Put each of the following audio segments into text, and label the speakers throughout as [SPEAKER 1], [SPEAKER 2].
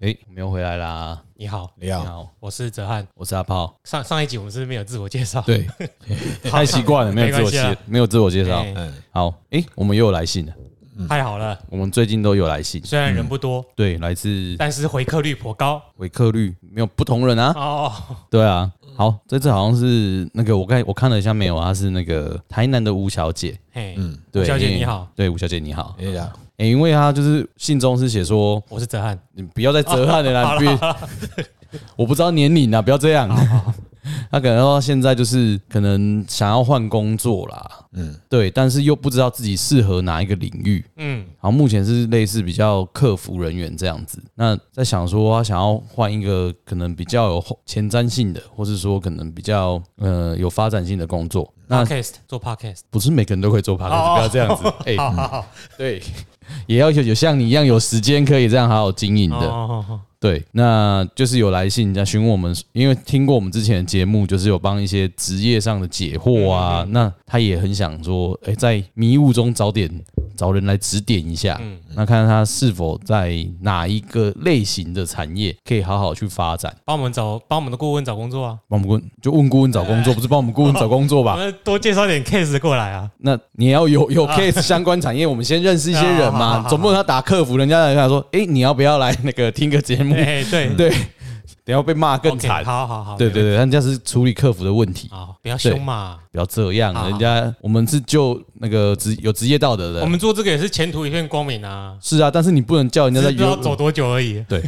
[SPEAKER 1] 哎、我们又回来啦！
[SPEAKER 2] 你好，
[SPEAKER 3] 你
[SPEAKER 1] 你
[SPEAKER 3] 好，
[SPEAKER 1] 好，
[SPEAKER 2] 我是泽汉。
[SPEAKER 1] 我是阿炮。
[SPEAKER 2] 上上一集我们是不是没有自我介绍，
[SPEAKER 3] 对，
[SPEAKER 1] 太习惯了，没啊有自我
[SPEAKER 2] 没关
[SPEAKER 1] 介
[SPEAKER 2] 系，
[SPEAKER 1] 没有自我介绍。嗯
[SPEAKER 2] 哎
[SPEAKER 3] 嗯，
[SPEAKER 1] 好，哎、我们又有来信了。
[SPEAKER 2] 太好了。
[SPEAKER 1] 我们最近都有来信，
[SPEAKER 2] 虽然人不多，
[SPEAKER 1] 对，来自
[SPEAKER 2] 但是回客率颇高
[SPEAKER 1] 维克率，没有不同人啊。
[SPEAKER 2] 哦。
[SPEAKER 1] 对啊，好，这次好像是那个我刚才我看了一下没有啊，她是那个台南的吴小姐。
[SPEAKER 2] 嘿，
[SPEAKER 1] 嗯对，
[SPEAKER 2] 吴小姐
[SPEAKER 1] 因为
[SPEAKER 2] 你好，
[SPEAKER 1] 对，吴小姐你好。
[SPEAKER 3] 你好，
[SPEAKER 1] 哎、因为她就是信中是写说，
[SPEAKER 2] 我是泽汉。
[SPEAKER 1] 你不要再折汉了 啦，你别我不知道年龄啊，不要这样。 她可能到现在就是可能想要换工作啦，嗯，对，但是又不知道自己适合哪一个领域，
[SPEAKER 2] 嗯，
[SPEAKER 1] 然后目前是类似比较客服人员这样子，那在想说他想要换一个可能比较有前瞻性的，或是说可能比较呃有发展性的工作。那
[SPEAKER 2] podcast 做 podcast，
[SPEAKER 1] 不是每个人都会做 p o d
[SPEAKER 2] 哦
[SPEAKER 1] c 不要这样子。哎、
[SPEAKER 2] 好好好，
[SPEAKER 1] 对，也要有有像你一样有时间可以这样好好经营
[SPEAKER 2] 哦
[SPEAKER 1] 的。
[SPEAKER 2] 哦哦
[SPEAKER 1] 对，那就是有来信在询问我们，因为听过我们之前的节目，就是有帮一些职业上的解惑
[SPEAKER 2] 嗯
[SPEAKER 1] 啊。那他也很想说，哎、在迷雾中找点找人来指点一下，
[SPEAKER 2] 嗯
[SPEAKER 1] 那看看他是否在哪一个类型的产业可以好好去发展。
[SPEAKER 2] 帮我们找帮我们的顾问找工作啊，
[SPEAKER 1] 帮我们顾问就问顾问找工作，不是帮我们顾问找工作
[SPEAKER 2] 我
[SPEAKER 1] 吧？
[SPEAKER 2] 们多介绍点 case 过来啊。
[SPEAKER 1] 那你也要有有 case 相关产业，我们先认识一些人
[SPEAKER 2] 啊好 好好
[SPEAKER 1] 嘛，
[SPEAKER 2] 好
[SPEAKER 1] 总不能他打客服，人家来跟他说，哎、你要不要来那个听个节目？
[SPEAKER 2] 哎， 对，
[SPEAKER 1] 嗯对，等一下被骂更
[SPEAKER 2] OK，
[SPEAKER 1] 惨。
[SPEAKER 2] 好好好，
[SPEAKER 1] 对对对，人家是处理客服的问题，
[SPEAKER 2] 好，不要凶嘛。
[SPEAKER 1] 不要这样
[SPEAKER 2] 好。
[SPEAKER 1] 人家我们是就那个职有职业道德
[SPEAKER 2] 我
[SPEAKER 1] 的，
[SPEAKER 2] 们做这个也是前途一片光明啊，
[SPEAKER 1] 是啊，但是你不能叫人
[SPEAKER 2] 只
[SPEAKER 1] 家在
[SPEAKER 2] 是不知道走
[SPEAKER 1] 原
[SPEAKER 2] 多久而已。
[SPEAKER 1] 对，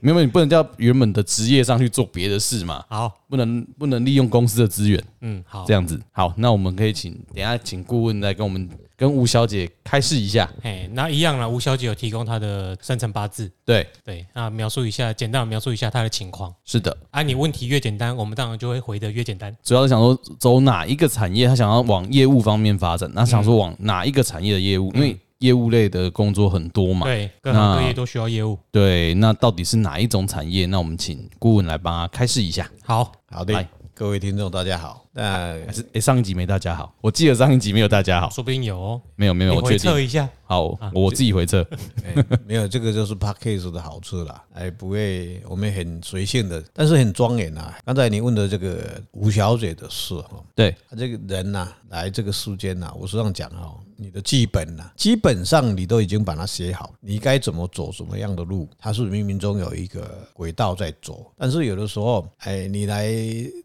[SPEAKER 1] 没有你不能叫原本的职业上去做别的事嘛，
[SPEAKER 2] 好，
[SPEAKER 1] 不能不能利用公司的资源
[SPEAKER 2] 嗯，好
[SPEAKER 1] 这，样子。好，那我们可以请等一下请顾问来跟我们跟吴小姐开示一下。
[SPEAKER 2] 哎，那一样啦。吴小姐有提供她的生辰八字，
[SPEAKER 1] 对，
[SPEAKER 2] 对，那描述一下，简单地描述一下她的情况。
[SPEAKER 1] 是的，
[SPEAKER 2] 啊，你问题越简单，我们当然就会回的越简单。
[SPEAKER 1] 主要是想说走哪一个产业，他想要往业务方面发展，那想说往哪一个产业的业务，因
[SPEAKER 2] 嗯
[SPEAKER 1] 为业务类的工作很多嘛。
[SPEAKER 2] 对，各行各
[SPEAKER 1] 那
[SPEAKER 2] 业都需要业务。
[SPEAKER 1] 对，那到底是哪一种产业？那我们请顾问来帮他开示一下。
[SPEAKER 2] 好，
[SPEAKER 3] 好
[SPEAKER 1] 来哎
[SPEAKER 3] 的，各位听众大家好。那
[SPEAKER 1] 还是诶、上一集没大家好，我记得上一集没有大家好，
[SPEAKER 2] 说不定有哦。
[SPEAKER 1] 没有没有，
[SPEAKER 2] 你
[SPEAKER 1] 我
[SPEAKER 2] 回
[SPEAKER 1] 确定。
[SPEAKER 2] 测一下，
[SPEAKER 1] 好，我自己回测。
[SPEAKER 3] 哎没有这个就是 p a c k a g e 的好处啦，哎，不会，我们很随性的，但是很庄严啊。刚才你问的这个吴小姐的事哈，
[SPEAKER 1] 对，
[SPEAKER 3] 她这个人呐、来这个世间呐、我是这样讲哦，你的剧本呐、啊基本上你都已经把它写好，你该怎么走什么样的路，它是冥冥中有一个轨道在走。但是有的时候，哎，你来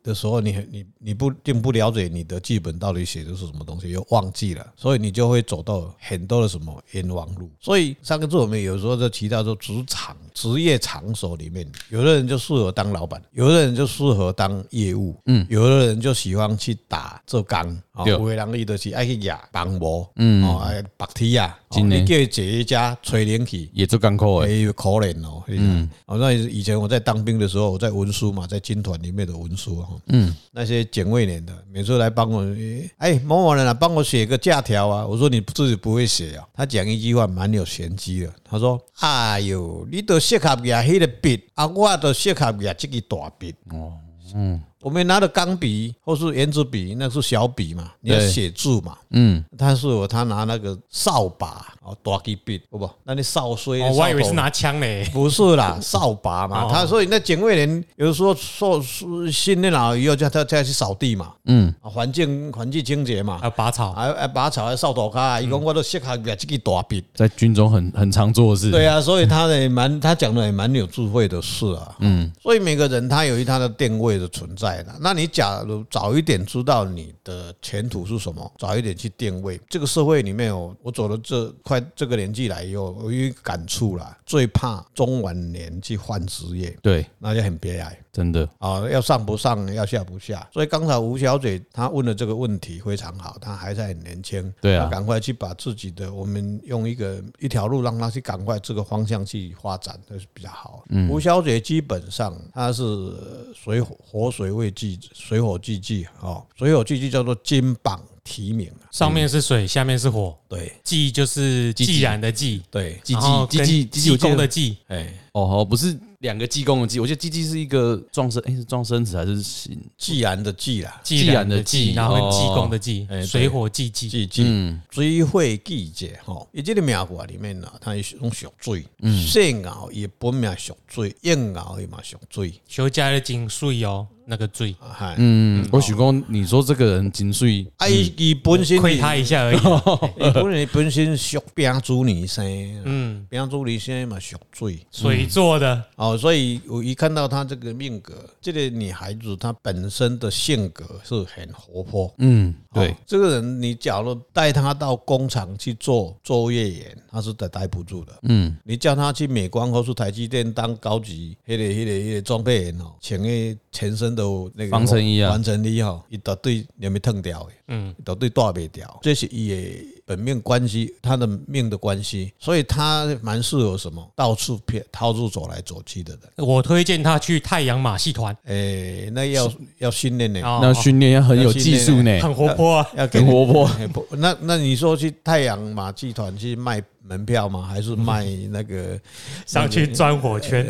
[SPEAKER 3] 的时候你，很你你不并不了解你的剧本到底写的是什么东西，又忘记了，所以你就会走到很多的什么冤枉路。所以上个次我们有时候就提到说，职场职业场所里面，有的人就适合当老板，有的人就适合当业务，嗯，有的人就喜欢去打做工，哦，
[SPEAKER 1] 对
[SPEAKER 3] 有的人伊就是爱去压帮磨，嗯，哦，爱白铁啊，哦
[SPEAKER 1] 真的
[SPEAKER 3] 你叫伊坐一家吹冷气。
[SPEAKER 1] 也做干扣
[SPEAKER 3] 哎
[SPEAKER 1] 诶，
[SPEAKER 3] 可怜哦，嗯，好像以前我在当兵的时候，我在文书嘛，在军团里面的文书啊，嗯，那些警卫连的，每次来帮我，诶哎，某某人啊，帮我写个假条啊，我说你自己不会写啊，他讲一句话蛮有玄机的，他说，哎呦，你都适合拿迄个笔，啊，我都适合拿这个大笔，我们拿的钢笔或是圆珠笔，那是小笔嘛，你要
[SPEAKER 1] 对
[SPEAKER 3] 写字嘛。
[SPEAKER 1] 嗯，
[SPEAKER 3] 他是我他拿那个扫把哦，大支笔，好不好？那你扫衰、
[SPEAKER 2] 哦，我还以为是
[SPEAKER 3] 扫帚
[SPEAKER 2] 拿枪 嘞。
[SPEAKER 3] 不是啦，扫把嘛
[SPEAKER 2] 哦。
[SPEAKER 3] 他所以那警卫人有的时候受训练了以后，叫他再去扫地嘛，
[SPEAKER 1] 嗯，
[SPEAKER 3] 啊环境环境清洁嘛
[SPEAKER 2] 还，有啊拔草，
[SPEAKER 1] 啊
[SPEAKER 3] 还还拔草还啊扫涂骹，伊讲我都适合举这个大笔。
[SPEAKER 1] 在军中很很常做的事。
[SPEAKER 3] 对啊，所以他也蛮，他讲的也蛮有智慧的事啊。嗯，所以每个人他有一他的定位的存在的。那你假如早一点知道你的前途是什么，早一点去定位，这个社会里面有我走了这快这个年纪来以后，我有一个感触啦，最怕中晚年去换职业，
[SPEAKER 1] 对，
[SPEAKER 3] 那就很悲哀。
[SPEAKER 1] 真的，
[SPEAKER 3] 啊，要上不上，要下不下。所以刚才吴小姐她问的这个问题非常好，她还在很年轻，
[SPEAKER 1] 对啊
[SPEAKER 3] 她赶快去把自己的，我们用一个一条路让她去赶快这个方向去发展，这是比较好。
[SPEAKER 1] 嗯
[SPEAKER 3] 吴小姐基本上她是水火火水未济，水火既济哦，水火既济叫做金榜题名啊，
[SPEAKER 2] 上面是
[SPEAKER 1] 嗯
[SPEAKER 2] 水，下面是火，
[SPEAKER 3] 对
[SPEAKER 2] 既就是
[SPEAKER 1] 既
[SPEAKER 2] 既然的既，
[SPEAKER 3] 对，
[SPEAKER 1] 积
[SPEAKER 2] 然后
[SPEAKER 1] 极积
[SPEAKER 2] 跟
[SPEAKER 1] 极积极
[SPEAKER 2] 济公的济，
[SPEAKER 3] 哎，
[SPEAKER 1] 哦，好，不是两个济公的济，我觉得济济是一个撞生，哎、是撞生子还是新？
[SPEAKER 3] 既然的既啦，
[SPEAKER 1] 既然的既
[SPEAKER 2] 然后跟
[SPEAKER 1] 哦
[SPEAKER 2] 济公的济
[SPEAKER 3] 哎，对
[SPEAKER 2] 水火济济，
[SPEAKER 3] 记
[SPEAKER 1] 嗯
[SPEAKER 3] 记，水火既济吼，伊即个名卦里面呐，它是拢属水，姓爻伊本命属水，应爻伊嘛属水，
[SPEAKER 2] 修家的金水哦，那个罪，
[SPEAKER 3] 啊嗨，
[SPEAKER 1] 嗯，我许公，你说这个人金穗，
[SPEAKER 3] 啊伊伊本身
[SPEAKER 2] 亏他一下而已。
[SPEAKER 1] 哦
[SPEAKER 3] 伊本人本身属丙子年生，
[SPEAKER 2] 嗯，
[SPEAKER 3] 丙子年生嘛属水，
[SPEAKER 2] 水做的，
[SPEAKER 3] 哦，所以我一看到她这个命格，这个女孩子她本身的性格是很活泼。
[SPEAKER 1] 嗯，
[SPEAKER 3] 哦
[SPEAKER 1] 对，
[SPEAKER 3] 这个人，你假如带她到工厂去做作业员，她是待待不住的。
[SPEAKER 1] 嗯，
[SPEAKER 3] 你叫他去美光或是台积电当高级迄、个、迄、个、迄、个装备员哦，穿个全身都那个哦
[SPEAKER 1] 防尘衣啊
[SPEAKER 3] 防尘衣吼，伊绝对连袂脱掉的，
[SPEAKER 2] 嗯，
[SPEAKER 3] 绝对带袂掉。这是伊的本命关系，他的命的关系，所以他蛮适合什么到处骗、到处走来走去的人。
[SPEAKER 1] 嗯
[SPEAKER 2] 我推荐他去太阳马戏团，
[SPEAKER 3] 诶、那要要训练呢，
[SPEAKER 1] 哎
[SPEAKER 2] 哦
[SPEAKER 1] 那哎训练要很有技术呢，
[SPEAKER 2] 很活泼啊。
[SPEAKER 3] 要给
[SPEAKER 1] 很活泼。
[SPEAKER 3] 哎不那那你说去太阳马戏团去卖门票吗？还是卖那 个？
[SPEAKER 2] 上去钻火圈，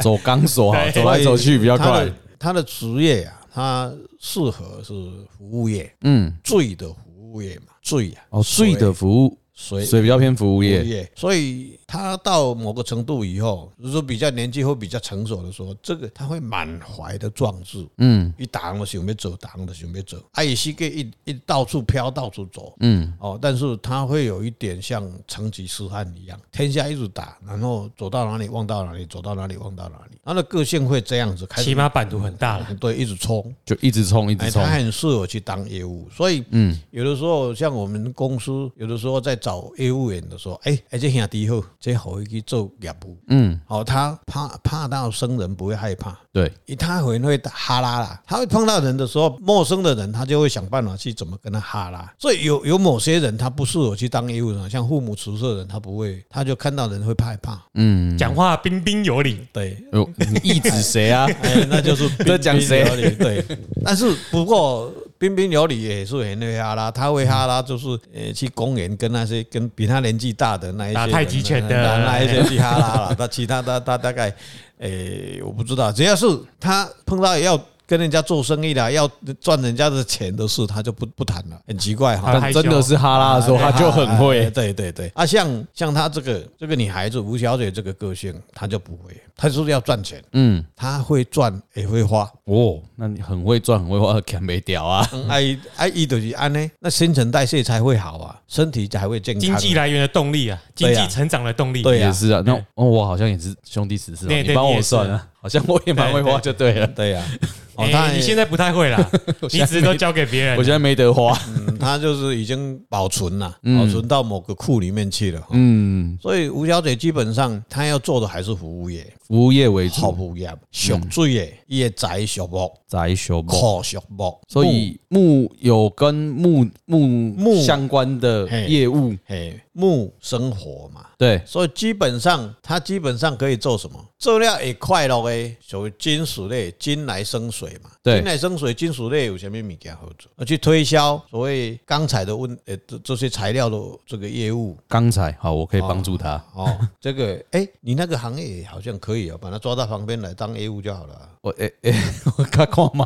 [SPEAKER 1] 走钢索 哈，
[SPEAKER 2] 对
[SPEAKER 1] 哎走来走去比较
[SPEAKER 3] 他
[SPEAKER 1] 快
[SPEAKER 3] 的。他的职业啊，他适合是服务业，
[SPEAKER 1] 嗯，
[SPEAKER 3] 最的服务业嘛，最啊，
[SPEAKER 1] 哦，税的服务，
[SPEAKER 3] 水
[SPEAKER 1] 水比较偏服务
[SPEAKER 3] 服务
[SPEAKER 1] 业，
[SPEAKER 3] 业，所以他到某个程度以后，如果比较年纪或比较成熟的时候，这个他会满怀的壮志。
[SPEAKER 1] 嗯
[SPEAKER 3] 一打我想要走，打我想要走，啊，也是个一一到处飘，到处走，
[SPEAKER 1] 嗯，
[SPEAKER 3] 哦，但是他会有一点像成吉思汗一样，天下一直打，然后走到哪里忘到哪里，走到哪里忘到哪里，他的个性会这样子，开
[SPEAKER 2] 起
[SPEAKER 3] 始
[SPEAKER 2] 码版图很大了。
[SPEAKER 3] 对，一直冲，
[SPEAKER 1] 就一直冲，一
[SPEAKER 3] 哎，
[SPEAKER 1] 直冲
[SPEAKER 3] 他，很适合去当业务，所以
[SPEAKER 1] 嗯，
[SPEAKER 3] 有的时候像我们公司，有的时候在找业务员的时候，哎、哎，这兄弟好，这好去做业务，
[SPEAKER 1] 嗯，
[SPEAKER 3] 好、哦，他怕怕到生人不会害怕，
[SPEAKER 1] 对，
[SPEAKER 3] 因为他很会哈拉啦，他会碰到人的时候，陌生的人他就会想办法去怎么跟他哈拉，所以有有某些人他不适合去当业务员，像父母辞色的人他不会，他就看到人会害怕，
[SPEAKER 1] 嗯，
[SPEAKER 2] 讲话彬彬有礼，
[SPEAKER 3] 对，
[SPEAKER 1] 哦你意指谁啊？
[SPEAKER 3] 哎，那就是
[SPEAKER 1] 在讲谁
[SPEAKER 3] 彬彬有礼对，但是不过彬彬有礼也是很会哈拉，他会哈拉就是呃去公园跟那些跟比他年纪大的那一些
[SPEAKER 2] 打
[SPEAKER 3] 人
[SPEAKER 2] 太极拳的
[SPEAKER 3] 那那一些去哈拉了，那其他他他大概诶我不知道，只要是他碰到要。跟人家做生意的，要赚人家的钱的事，他就不不谈了，很奇怪哈。
[SPEAKER 2] 他
[SPEAKER 1] 但
[SPEAKER 2] 害羞
[SPEAKER 1] 真的是哈拉的时候，他就很
[SPEAKER 3] 哎
[SPEAKER 1] 会，
[SPEAKER 3] 对对对，啊，像像她这个这个女孩子吴小姐这个个性，她就不会，她就是要赚钱，
[SPEAKER 1] 嗯，
[SPEAKER 3] 她会赚也会花，
[SPEAKER 1] 哦，那你很会赚，很会花，砍没屌啊，
[SPEAKER 3] 啊伊啊伊就是安尼，那新陈代谢才会好啊，身体才会健康
[SPEAKER 2] 经
[SPEAKER 3] 啊。
[SPEAKER 2] 济来源的动力啊，经
[SPEAKER 3] 对啊
[SPEAKER 2] 济成长的动力。哎
[SPEAKER 3] 对啊
[SPEAKER 1] 也是啊。那哦，我好像也是兄弟十四哦，
[SPEAKER 2] 对对
[SPEAKER 1] 你帮
[SPEAKER 2] 你
[SPEAKER 1] 我
[SPEAKER 2] 也是
[SPEAKER 1] 算啊，好像我也蛮会花就对了。
[SPEAKER 3] 对呀、 哦，他、
[SPEAKER 2] 哎，你现在不太会 啦，你只是都交给别人
[SPEAKER 1] 我。觉得没得花，
[SPEAKER 3] 嗯他就是已经保存了，保存到某个库里面去了。
[SPEAKER 1] 嗯，
[SPEAKER 3] 所以吴小姐基本上她要做的还是服务业，
[SPEAKER 1] 服务业为
[SPEAKER 3] 好
[SPEAKER 1] 主，
[SPEAKER 3] 服务业，属水的，伊的宅属木，
[SPEAKER 1] 宅修嗯木，
[SPEAKER 3] 靠属木，
[SPEAKER 1] 所以木有跟木木
[SPEAKER 3] 木
[SPEAKER 1] 相关的
[SPEAKER 3] 嘿
[SPEAKER 1] 业务，
[SPEAKER 3] 嘿木生活嘛。
[SPEAKER 1] 对，
[SPEAKER 3] 所以基本上，他基本上可以做什么？做了也快乐诶，所谓金属类，金来生水嘛。
[SPEAKER 1] 对
[SPEAKER 3] 金来生水，金属类有什么物件好做？啊而去推销所谓钢材的问，呃，这这些材料的这个业务
[SPEAKER 1] 刚才好，我可以帮助他。
[SPEAKER 3] 哦，这个哎、你那个行业也好像可以啊，把它抓到旁边来当业务就好了啊。
[SPEAKER 1] 我哦诶诶， 我看看麦，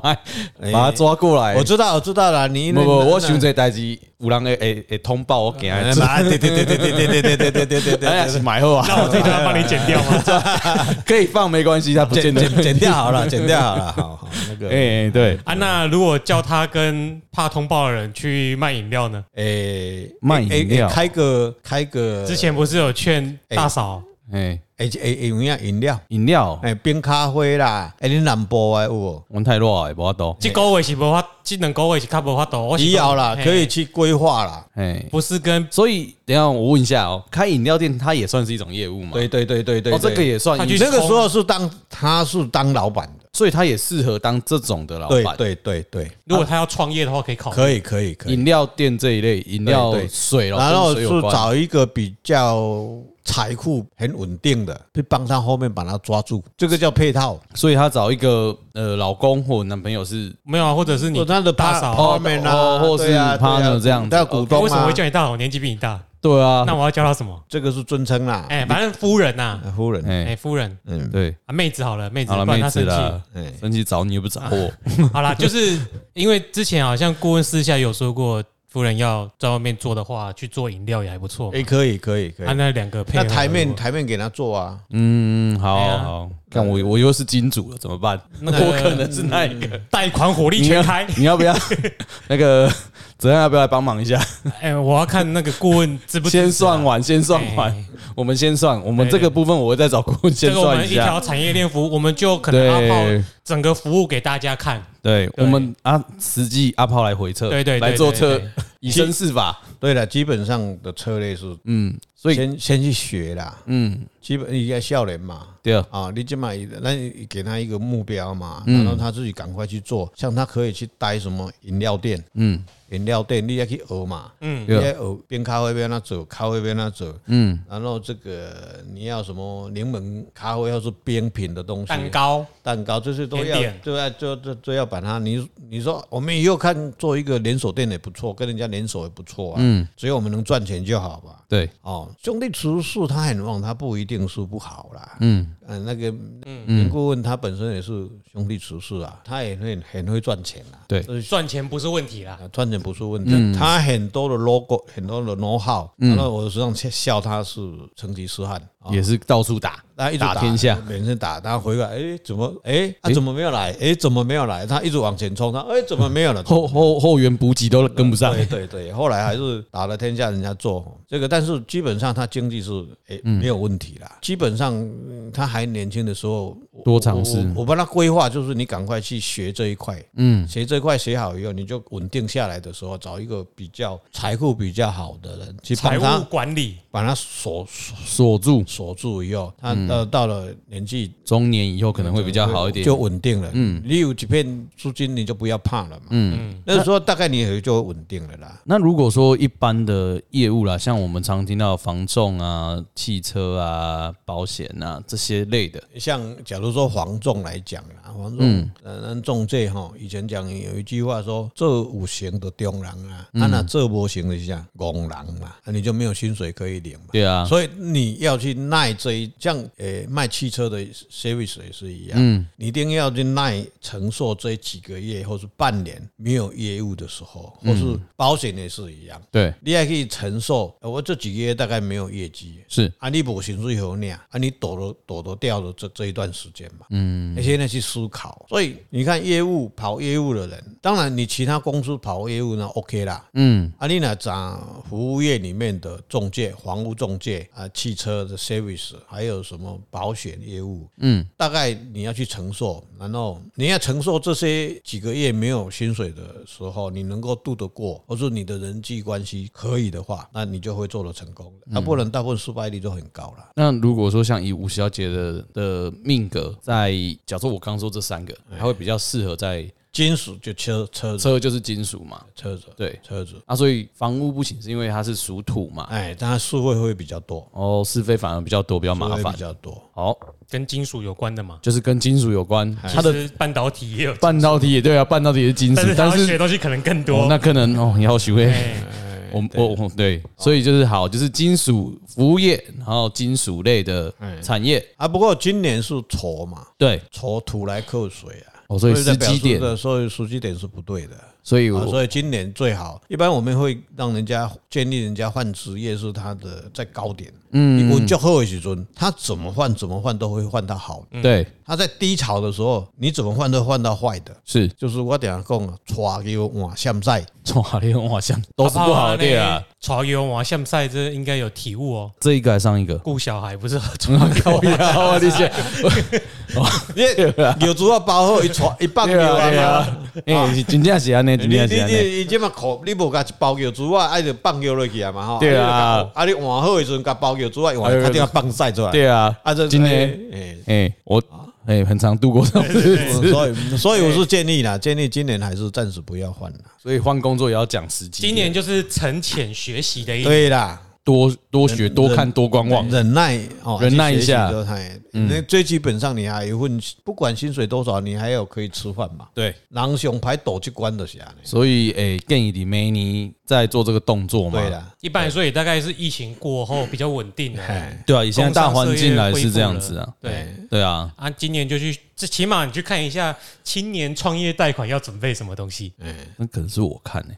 [SPEAKER 3] 哎
[SPEAKER 1] 把他抓过来。
[SPEAKER 3] 我知道，我知道了，你
[SPEAKER 1] 不不，我想
[SPEAKER 3] 着。
[SPEAKER 1] 这代志，有人会会会通报我给他
[SPEAKER 3] 哎。妈对对对对对对对对对对对对
[SPEAKER 1] 哎呀，
[SPEAKER 3] 对
[SPEAKER 1] 是买后啊，
[SPEAKER 2] 那我自己都要 帮你剪掉吗？
[SPEAKER 1] 可以放没关系，他不
[SPEAKER 3] 对，
[SPEAKER 1] 见
[SPEAKER 3] 剪
[SPEAKER 1] 得。
[SPEAKER 3] 剪剪掉好了，剪掉好了，好好那个，哎、
[SPEAKER 1] 哎，对，
[SPEAKER 2] 啊，那如果叫他跟怕通报的人去卖饮料呢？
[SPEAKER 1] 卖饮
[SPEAKER 3] 哎哎
[SPEAKER 1] 料
[SPEAKER 3] 开个开个，
[SPEAKER 2] 之前不是有劝大嫂
[SPEAKER 1] 哎，
[SPEAKER 3] 哎哎哎，有影饮料，
[SPEAKER 1] 饮料，
[SPEAKER 3] 哎，冰咖啡啦，哎，你南部的有无？
[SPEAKER 1] 阮太弱诶，无法度。
[SPEAKER 2] 这个月是无法，这两个月是较无法度。我是
[SPEAKER 3] 以后啦，
[SPEAKER 2] 嘿
[SPEAKER 3] 可以去规划啦。
[SPEAKER 1] 哎，
[SPEAKER 2] 不是跟
[SPEAKER 1] 所以等一下我问一下哦，开饮料店它也算是一种业务嘛？，
[SPEAKER 3] 对对对对对
[SPEAKER 1] 哦，这个也算
[SPEAKER 2] 他，去
[SPEAKER 1] 因为
[SPEAKER 3] 那个时候是当他是当老板的，
[SPEAKER 1] 所以它也适合当这种的老
[SPEAKER 3] 对
[SPEAKER 1] 板。哦
[SPEAKER 3] 对对对，
[SPEAKER 2] 如果他要创业的话，可以考虑。
[SPEAKER 3] 可以可以可以。
[SPEAKER 1] 饮料店这一类，饮料
[SPEAKER 3] 对对
[SPEAKER 1] 水咯，
[SPEAKER 3] 然后
[SPEAKER 1] 跟水
[SPEAKER 3] 是
[SPEAKER 1] 有关
[SPEAKER 3] 找一个比较。财库很稳定的，去帮他后面把他抓住，这个叫配套。
[SPEAKER 1] 所以她找一个呃老公或男朋友是
[SPEAKER 2] 没有啊，或者是你
[SPEAKER 3] 或他的
[SPEAKER 2] 大
[SPEAKER 3] par-
[SPEAKER 2] 嫂啊，
[SPEAKER 3] partner 啊
[SPEAKER 1] 哦或是
[SPEAKER 3] 对啊对啊
[SPEAKER 1] partner 这样子
[SPEAKER 3] 他的股东啊，
[SPEAKER 2] 为什么会叫你大佬？我年纪比你大，
[SPEAKER 1] 对啊，
[SPEAKER 2] 那我要叫他什么？
[SPEAKER 3] 这个是尊称啦，
[SPEAKER 2] 哎，反正夫人呐，
[SPEAKER 3] 啊夫人，
[SPEAKER 1] 哎
[SPEAKER 2] 哎，夫人
[SPEAKER 3] 嗯，
[SPEAKER 1] 对，
[SPEAKER 2] 啊，妹子好了，妹子，
[SPEAKER 1] 好了
[SPEAKER 2] 不然
[SPEAKER 1] 妹
[SPEAKER 2] 她
[SPEAKER 1] 子
[SPEAKER 2] 生
[SPEAKER 1] 啦
[SPEAKER 2] 气。，
[SPEAKER 3] 哎，
[SPEAKER 1] 生气找你又不找我，
[SPEAKER 2] 好啦，就是因为之前好像顾问私下有说过，夫人要在外面做的话，去做饮料也还不错嘛。
[SPEAKER 3] 哎，可以，可以，可
[SPEAKER 2] 啊，
[SPEAKER 3] 以。
[SPEAKER 2] 那两个配
[SPEAKER 3] 那
[SPEAKER 2] 合
[SPEAKER 3] 台面
[SPEAKER 2] 如果
[SPEAKER 3] 台面给他做啊，
[SPEAKER 1] 嗯，好
[SPEAKER 2] 哎呀
[SPEAKER 1] 好好，看我我又是金主了，怎么 办？
[SPEAKER 2] 那嗯
[SPEAKER 1] 我可能是那一个，
[SPEAKER 2] 贷款火力
[SPEAKER 1] 你要
[SPEAKER 2] 全开。
[SPEAKER 1] 你要 不要那个泽安要不要来帮忙一下？
[SPEAKER 2] 哎，我要看那个顾问支不支持啊
[SPEAKER 1] 先算完，先算完
[SPEAKER 2] 哎，
[SPEAKER 1] 我们先算，我们
[SPEAKER 2] 对
[SPEAKER 1] 这个部分我会再找顾问
[SPEAKER 2] 这
[SPEAKER 1] 先
[SPEAKER 2] 个我
[SPEAKER 1] 算
[SPEAKER 2] 们一
[SPEAKER 1] 下
[SPEAKER 2] 条。产业链服务，我们就可能阿炮
[SPEAKER 1] 对
[SPEAKER 2] 整个服务给大家看。
[SPEAKER 1] 对，我们啊，实际阿炮来回测，
[SPEAKER 2] 对对对
[SPEAKER 1] 来做
[SPEAKER 2] 对
[SPEAKER 1] 测
[SPEAKER 2] 对，
[SPEAKER 1] 以身试法。
[SPEAKER 3] 对了，基本上的策略是
[SPEAKER 1] 嗯，所以
[SPEAKER 3] 先先去学啦，
[SPEAKER 1] 嗯，
[SPEAKER 3] 基本应该笑脸嘛，
[SPEAKER 1] 对
[SPEAKER 2] 嗯
[SPEAKER 1] 啊，
[SPEAKER 3] 啊，你起码那你给他一个目标嘛，
[SPEAKER 1] 嗯
[SPEAKER 3] 然后他自己赶快去做。像他可以去待什么饮料店，
[SPEAKER 1] 嗯
[SPEAKER 3] 饮料店你也去学嘛，
[SPEAKER 2] 嗯
[SPEAKER 3] 你也学边咖啡边那啊走，咖啡边那走。
[SPEAKER 1] 嗯，
[SPEAKER 3] 然后这个你要什么柠檬咖啡或是冰品的东西，
[SPEAKER 2] 蛋糕，
[SPEAKER 3] 蛋糕这些都
[SPEAKER 2] 甜
[SPEAKER 3] 要
[SPEAKER 2] 点
[SPEAKER 3] 对啊，就就就要把它。你你说我们以后看做一个连锁店也不错，跟人家连锁也不错啊。嗯，只要我们能赚钱就好吧。
[SPEAKER 1] 对，
[SPEAKER 3] 哦，兄弟厨术他很旺，他不一定是不好啦。
[SPEAKER 1] 嗯
[SPEAKER 3] 嗯，那个林顾问他本身也是兄弟厨师啊，他也会很会赚钱啊。
[SPEAKER 1] 对
[SPEAKER 3] 就是
[SPEAKER 2] 赚钱不是问题啦。
[SPEAKER 3] 啊赚钱不是问题，他很多的 logo，很多的 know how，然后我时常笑他是成吉思汗，啊
[SPEAKER 1] 也是到处打，
[SPEAKER 3] 他一直
[SPEAKER 1] 打天下
[SPEAKER 3] 每次打，他回来，哎，怎么，哎，他怎么没有来？哎，怎么没有来？他一直往前冲，他哎，怎么没有来？
[SPEAKER 1] 后后后援补给都跟不上
[SPEAKER 3] 对。对对，后来还是打了天下人家做这个，但是基本上他经济是诶、
[SPEAKER 1] 嗯
[SPEAKER 3] 没有问题啦。基本上嗯他还年轻的时候，我
[SPEAKER 1] 多尝试
[SPEAKER 3] 我我我帮他规划就是你赶快去学这一块，嗯，学这一块学好以后，你就稳定下来的时候，找一个比较财富比较好的人去
[SPEAKER 2] 财
[SPEAKER 3] 帮
[SPEAKER 2] 务
[SPEAKER 3] 他
[SPEAKER 2] 管理，
[SPEAKER 3] 把他锁锁
[SPEAKER 1] 锁住
[SPEAKER 3] 锁住以后，
[SPEAKER 1] 嗯
[SPEAKER 3] 他呃到了年纪
[SPEAKER 1] 中年以后可能会比较好一点
[SPEAKER 3] 就。稳定了。嗯，你有几片租金，你就不要怕了嘛。嗯，那时候大概你也就稳定了啦。
[SPEAKER 1] 那如果说一般的业务啦，像我们常听到房仲啊、汽车啊、保险啊这些类的，
[SPEAKER 3] 像假如说黄仲来讲啦，黄
[SPEAKER 1] 嗯
[SPEAKER 3] 仲，呃，咱仲介吼，以前讲有一句话说，做有形的中人啊，
[SPEAKER 1] 嗯
[SPEAKER 3] 啊那做无形的是啥戆人嘛，啊你就没有薪水可以领嘛。
[SPEAKER 1] 对啊，
[SPEAKER 3] 所以你要去耐这一，像呃卖汽车的 service 也是一样，嗯，你一定要去耐承受这几个月或是半年没有业务的时候，或是保险也是一样，
[SPEAKER 1] 对，
[SPEAKER 3] 你还可以承受，呃我这几个月大概没有业绩，
[SPEAKER 1] 是
[SPEAKER 3] 啊，你无薪水给你啊，啊，你躲都躲得掉的这这一段时间嘛，嗯，而且呢去思考，所以你看业务跑业务的人，当然你其他公司跑业务呢 OK 啦，
[SPEAKER 1] 嗯，
[SPEAKER 3] 啊，你呢找服务业里面的中介、房屋中介啊、汽车的 service，还有什么保险业务，嗯，大概你要去承受，然后你要承受这些几个月没有薪水的时候，你能够度得过，或者你的人际关系可以的话，那你就会做得成功的，
[SPEAKER 1] 嗯
[SPEAKER 3] 啊，不然大部分失败率都很高了。
[SPEAKER 1] 那如果说像以吴小姐的的命格，在假设我刚说这三个，她会比较适合在
[SPEAKER 3] 金属就车车子
[SPEAKER 1] 车就是金属嘛，
[SPEAKER 3] 车子
[SPEAKER 1] 对
[SPEAKER 3] 车子，
[SPEAKER 1] 啊，所以房屋不行是因为它是属土嘛，
[SPEAKER 3] 哎，但它数位会比较多，
[SPEAKER 1] 哦，是非反而比较多，比较麻
[SPEAKER 3] 数位
[SPEAKER 1] 烦
[SPEAKER 3] 比。较多。
[SPEAKER 1] 好，
[SPEAKER 2] 跟金属有关的嘛。
[SPEAKER 1] 就是跟金属有关，它的
[SPEAKER 2] 其实半导体也有，
[SPEAKER 1] 半导体也对啊，半导体也是金属
[SPEAKER 2] 哎但是，他
[SPEAKER 1] 但
[SPEAKER 2] 要学
[SPEAKER 1] 是
[SPEAKER 2] 的东西可能更
[SPEAKER 1] 哦
[SPEAKER 2] 多。
[SPEAKER 1] 那可能哦，要学会。
[SPEAKER 2] 啊哎，
[SPEAKER 1] 我我我对，所以就是好，就是金属服务业，然后金属类的产业，
[SPEAKER 3] 啊，不过今年是丑嘛，
[SPEAKER 1] 对，
[SPEAKER 3] 丑土来克水啊，
[SPEAKER 1] 哦，所以时机点，
[SPEAKER 3] 的，所以时机点是不对的。
[SPEAKER 1] 所以
[SPEAKER 3] 啊，
[SPEAKER 1] 我
[SPEAKER 3] 所以今年最好，一般我们会让人家建议人家换职业是他的在高点，嗯，我就后许尊，他怎么换怎么换都会换到好的，
[SPEAKER 1] 对
[SPEAKER 3] 他在低潮的时候，你怎么换都换到坏的，
[SPEAKER 1] 是
[SPEAKER 3] 就是我等下讲啊，抓给我往下赛，
[SPEAKER 1] 中华联盟好像都是不好的店啊。。
[SPEAKER 2] 潮油王下赛这应该有体悟哦，，
[SPEAKER 1] 这一个还上一个
[SPEAKER 2] 顾小孩不是
[SPEAKER 1] 很好高呀！我理解，
[SPEAKER 3] 因为有主要包后一抓一棒
[SPEAKER 1] 对
[SPEAKER 3] 牛
[SPEAKER 1] 啊
[SPEAKER 3] 啊
[SPEAKER 1] 对
[SPEAKER 3] 嘛。
[SPEAKER 1] 啊， 哎，是真正是安尼，
[SPEAKER 3] 你
[SPEAKER 1] 真
[SPEAKER 3] 你
[SPEAKER 1] 正是啊安尼，
[SPEAKER 3] 你伊即嘛扣，你无甲一包药珠啊，爱就放药落去啊嘛吼。
[SPEAKER 1] 对啊
[SPEAKER 3] 啊你就甲扣，啊你换好的时阵甲包药珠啊，换
[SPEAKER 1] 哎呦
[SPEAKER 3] 一定要放晒出来。
[SPEAKER 1] 对啊，
[SPEAKER 3] 啊，这
[SPEAKER 1] 今天
[SPEAKER 3] 诶，
[SPEAKER 1] 哎，我哎很常度过这种日
[SPEAKER 3] 哎
[SPEAKER 1] 子，
[SPEAKER 3] 所以所以我是建议啦，建议今年还是暂时不要换啦。
[SPEAKER 1] 所以换工作也要讲时机。
[SPEAKER 2] 今年就是沉潜学习的一年。
[SPEAKER 3] 对啦，
[SPEAKER 1] 多多学、多看、多观望。
[SPEAKER 3] 忍耐哦，
[SPEAKER 1] 忍耐一下嗯
[SPEAKER 3] 哎，那最基本上你还有一份，不管薪水多少，你还有可以吃饭嘛。
[SPEAKER 1] 对，
[SPEAKER 3] 狼熊牌躲去关的下呢，
[SPEAKER 1] 所以诶，建议你梅尼在做这个动作嘛。
[SPEAKER 3] 对啦，
[SPEAKER 2] 一般来说也大概是疫情过后比较稳定的。
[SPEAKER 3] 哎，
[SPEAKER 1] 对啊，以现在大环境来是这样子啊。
[SPEAKER 2] 对
[SPEAKER 1] 对啊，
[SPEAKER 2] 啊，今年就去，这起码你去看一下青年创业贷款要准备什么东西。
[SPEAKER 1] 那可能是我看诶、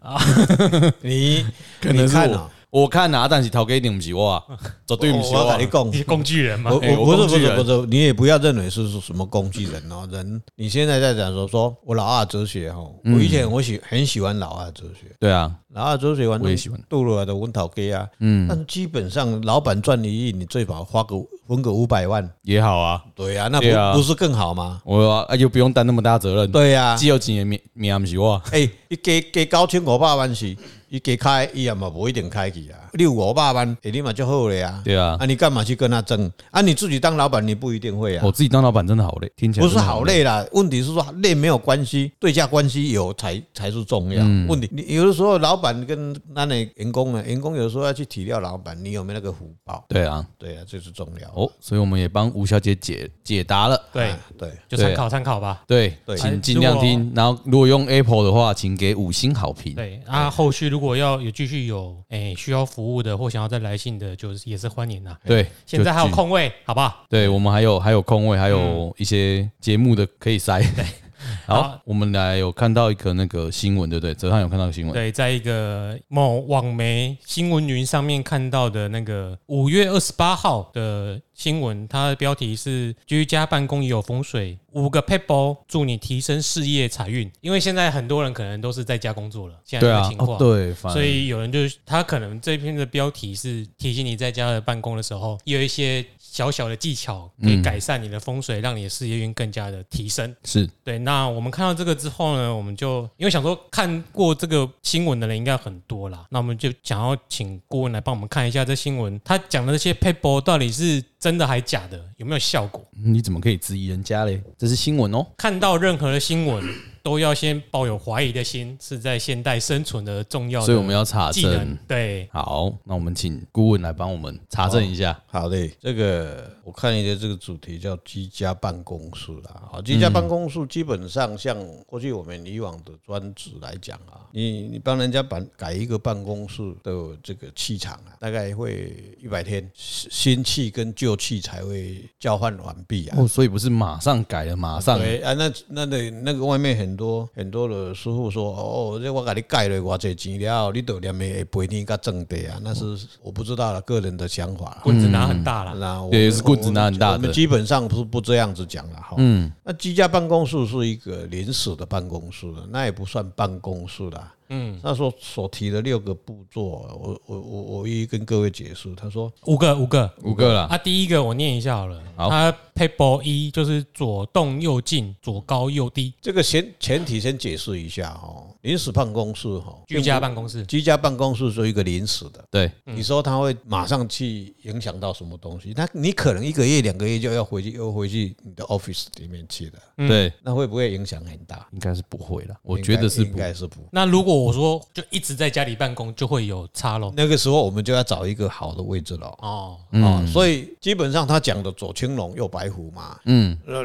[SPEAKER 3] 你
[SPEAKER 1] 可能
[SPEAKER 3] 你
[SPEAKER 1] 是
[SPEAKER 3] 看
[SPEAKER 1] 我
[SPEAKER 3] 啊，
[SPEAKER 1] 我啊看啊，但是头给你不是我 啊，绝对不
[SPEAKER 3] 我
[SPEAKER 1] 是
[SPEAKER 3] 我
[SPEAKER 1] 我啊
[SPEAKER 3] 跟。你讲
[SPEAKER 2] 你。是工具人嘛
[SPEAKER 3] 我？
[SPEAKER 1] 哎
[SPEAKER 3] 我不
[SPEAKER 1] 我
[SPEAKER 3] 是
[SPEAKER 1] 工
[SPEAKER 3] 不
[SPEAKER 1] 具
[SPEAKER 3] 是
[SPEAKER 1] 人
[SPEAKER 3] 不是，你也不要认为是是什么工具人哦，人你现在在讲说说我老二哲学哈，
[SPEAKER 1] 嗯
[SPEAKER 3] 我以前我喜很喜欢老二哲学，
[SPEAKER 1] 对啊，
[SPEAKER 3] 老二哲学完
[SPEAKER 1] 我也喜欢
[SPEAKER 3] 杜了的文讨给啊，嗯，但基本上老板赚一亿，你最少花个分个五百万，
[SPEAKER 1] 也好啊，
[SPEAKER 3] 对呀、那
[SPEAKER 1] 对啊
[SPEAKER 3] 不不是更好吗？
[SPEAKER 1] 我啊又不用担那么大责任。
[SPEAKER 3] 对呀、
[SPEAKER 1] 只有钱也命命不是我，啊
[SPEAKER 3] 哎、伊加加九千五百万是，伊加开，伊也嘛不一定开去啊。你有五百万，哎、你嘛就好了呀、啊。
[SPEAKER 1] 对啊
[SPEAKER 3] 你干嘛去跟他争？啊，你自己当老板，你不一定会啊。
[SPEAKER 1] 我自己当老板真的好累，听起来
[SPEAKER 3] 不是
[SPEAKER 1] 哦真的
[SPEAKER 3] 好。累啦，问题是说累没有关系，对价关系有才才是重要。
[SPEAKER 1] 嗯
[SPEAKER 3] 问题你有的时候老板跟那你员工呢，员工有时候要去体谅老板，你有没有那个福报？
[SPEAKER 1] 对啊，
[SPEAKER 3] 对啊，这是重要。
[SPEAKER 1] 哦，所以我们也帮吴小姐解解答了。
[SPEAKER 2] 对
[SPEAKER 3] 啊，，对，
[SPEAKER 2] 就参考参考吧。
[SPEAKER 1] 对，
[SPEAKER 3] 对
[SPEAKER 1] 请尽量听。然后，如果用 Apple 的话，请给五星好评。
[SPEAKER 2] 对啊，后续如果要有继续有哎需要服务的或想要再来信的，就是也是欢迎啊。
[SPEAKER 1] 对，
[SPEAKER 2] 现在还有
[SPEAKER 1] 就，
[SPEAKER 2] 空位，好不好？
[SPEAKER 3] 嗯
[SPEAKER 1] 对我们还有还有空位，还有一些节目的可以塞。 好
[SPEAKER 2] 好，
[SPEAKER 1] 我们来有看到一个那个新闻，对不对？泽汉有看到一个新闻，
[SPEAKER 2] 对，在一个某网媒新闻云上面看到的那个五月二十八号的新闻，它的标题是“居家办公也有风水”，五个 people 祝你提升事业财运。因为现在很多人可能都是在家工作了，现在
[SPEAKER 1] 对
[SPEAKER 2] 这个
[SPEAKER 1] 啊
[SPEAKER 2] 情，
[SPEAKER 1] 哦
[SPEAKER 2] 况、
[SPEAKER 1] 对，反
[SPEAKER 2] 所以有人就是他可能这篇的标题是提醒你在家的办公的时候，也有一些小小的技巧可
[SPEAKER 1] 嗯
[SPEAKER 2] 以改善你的风水，让你的事业运更加的提升。
[SPEAKER 1] 是
[SPEAKER 2] 对，那我们看到这个之后呢，我们就因为想说看过这个新闻的人应该很多啦，那我们就想要请顾问来帮我们看一下这新闻，他讲的这些 paper 到底是真的还假的，有没有效果？
[SPEAKER 1] 你怎么可以质疑人家嘞？这是新闻哦。
[SPEAKER 2] 看到任何的新闻都要先抱有怀疑的心，是在现代生存的重
[SPEAKER 3] 啊
[SPEAKER 2] 要的
[SPEAKER 1] 所以我们要嗯查
[SPEAKER 2] 技能
[SPEAKER 1] 证。。
[SPEAKER 2] 对，
[SPEAKER 1] 好，那我们请顾问来帮我们查证一下。
[SPEAKER 3] 好的，这个我看一下这个主题叫居家办公室啦。好，居家办公室基本上像过去我们以往的专职来讲啊，你你帮人家办改一个办公室的这个气场啊，大概会一百天，新新气跟旧气才会交换完毕啊。
[SPEAKER 1] 哦，所以不是马上改了，马上
[SPEAKER 3] 对啊，那那那那个外面很多很多的师傅说，哦，这我给你盖了偌济钱了，你都连没赔你个正的啊，那
[SPEAKER 1] 哦
[SPEAKER 3] 是我不知道了，个人的想法啦。
[SPEAKER 2] 棍子拿很大啦。
[SPEAKER 3] 那我
[SPEAKER 1] 对
[SPEAKER 3] 们
[SPEAKER 1] 是棍子拿很大的
[SPEAKER 3] 我们基本上不是不这样子讲了哈。嗯，那居家办公室是一个临时的办公室了，那也不算办公室啦。嗯，那时候所提的六个步骤，我我我我一一跟各位解释。他说，
[SPEAKER 2] 五个，五个
[SPEAKER 1] 五个啦。
[SPEAKER 2] 啊！第一个我念一下好了，
[SPEAKER 1] 好
[SPEAKER 2] 它 paper 一就是左动右进，左高右低，
[SPEAKER 3] 这个前前提先解释一下哦，临时办公室哈，
[SPEAKER 2] 居家办公室。
[SPEAKER 3] 居家办公室是一个临时的，
[SPEAKER 1] 对，
[SPEAKER 3] 你说他会马上去影响到什么东西？他你可能一个月两个月就要回去，又回去你的 office 里面去的，
[SPEAKER 1] 对，
[SPEAKER 3] 那会不会影响很大？
[SPEAKER 1] 应该是不会了，我觉得是
[SPEAKER 3] 嗯应
[SPEAKER 1] 不
[SPEAKER 3] 该应该是不
[SPEAKER 2] 那如果我说就一直在家里办公，就会有差咯。
[SPEAKER 3] 那个时候我们就要找一个好的位置了啊、
[SPEAKER 2] 哦，
[SPEAKER 3] 哦所以基本上他讲的左青龙右白虎嘛，
[SPEAKER 1] 嗯，
[SPEAKER 3] 呃，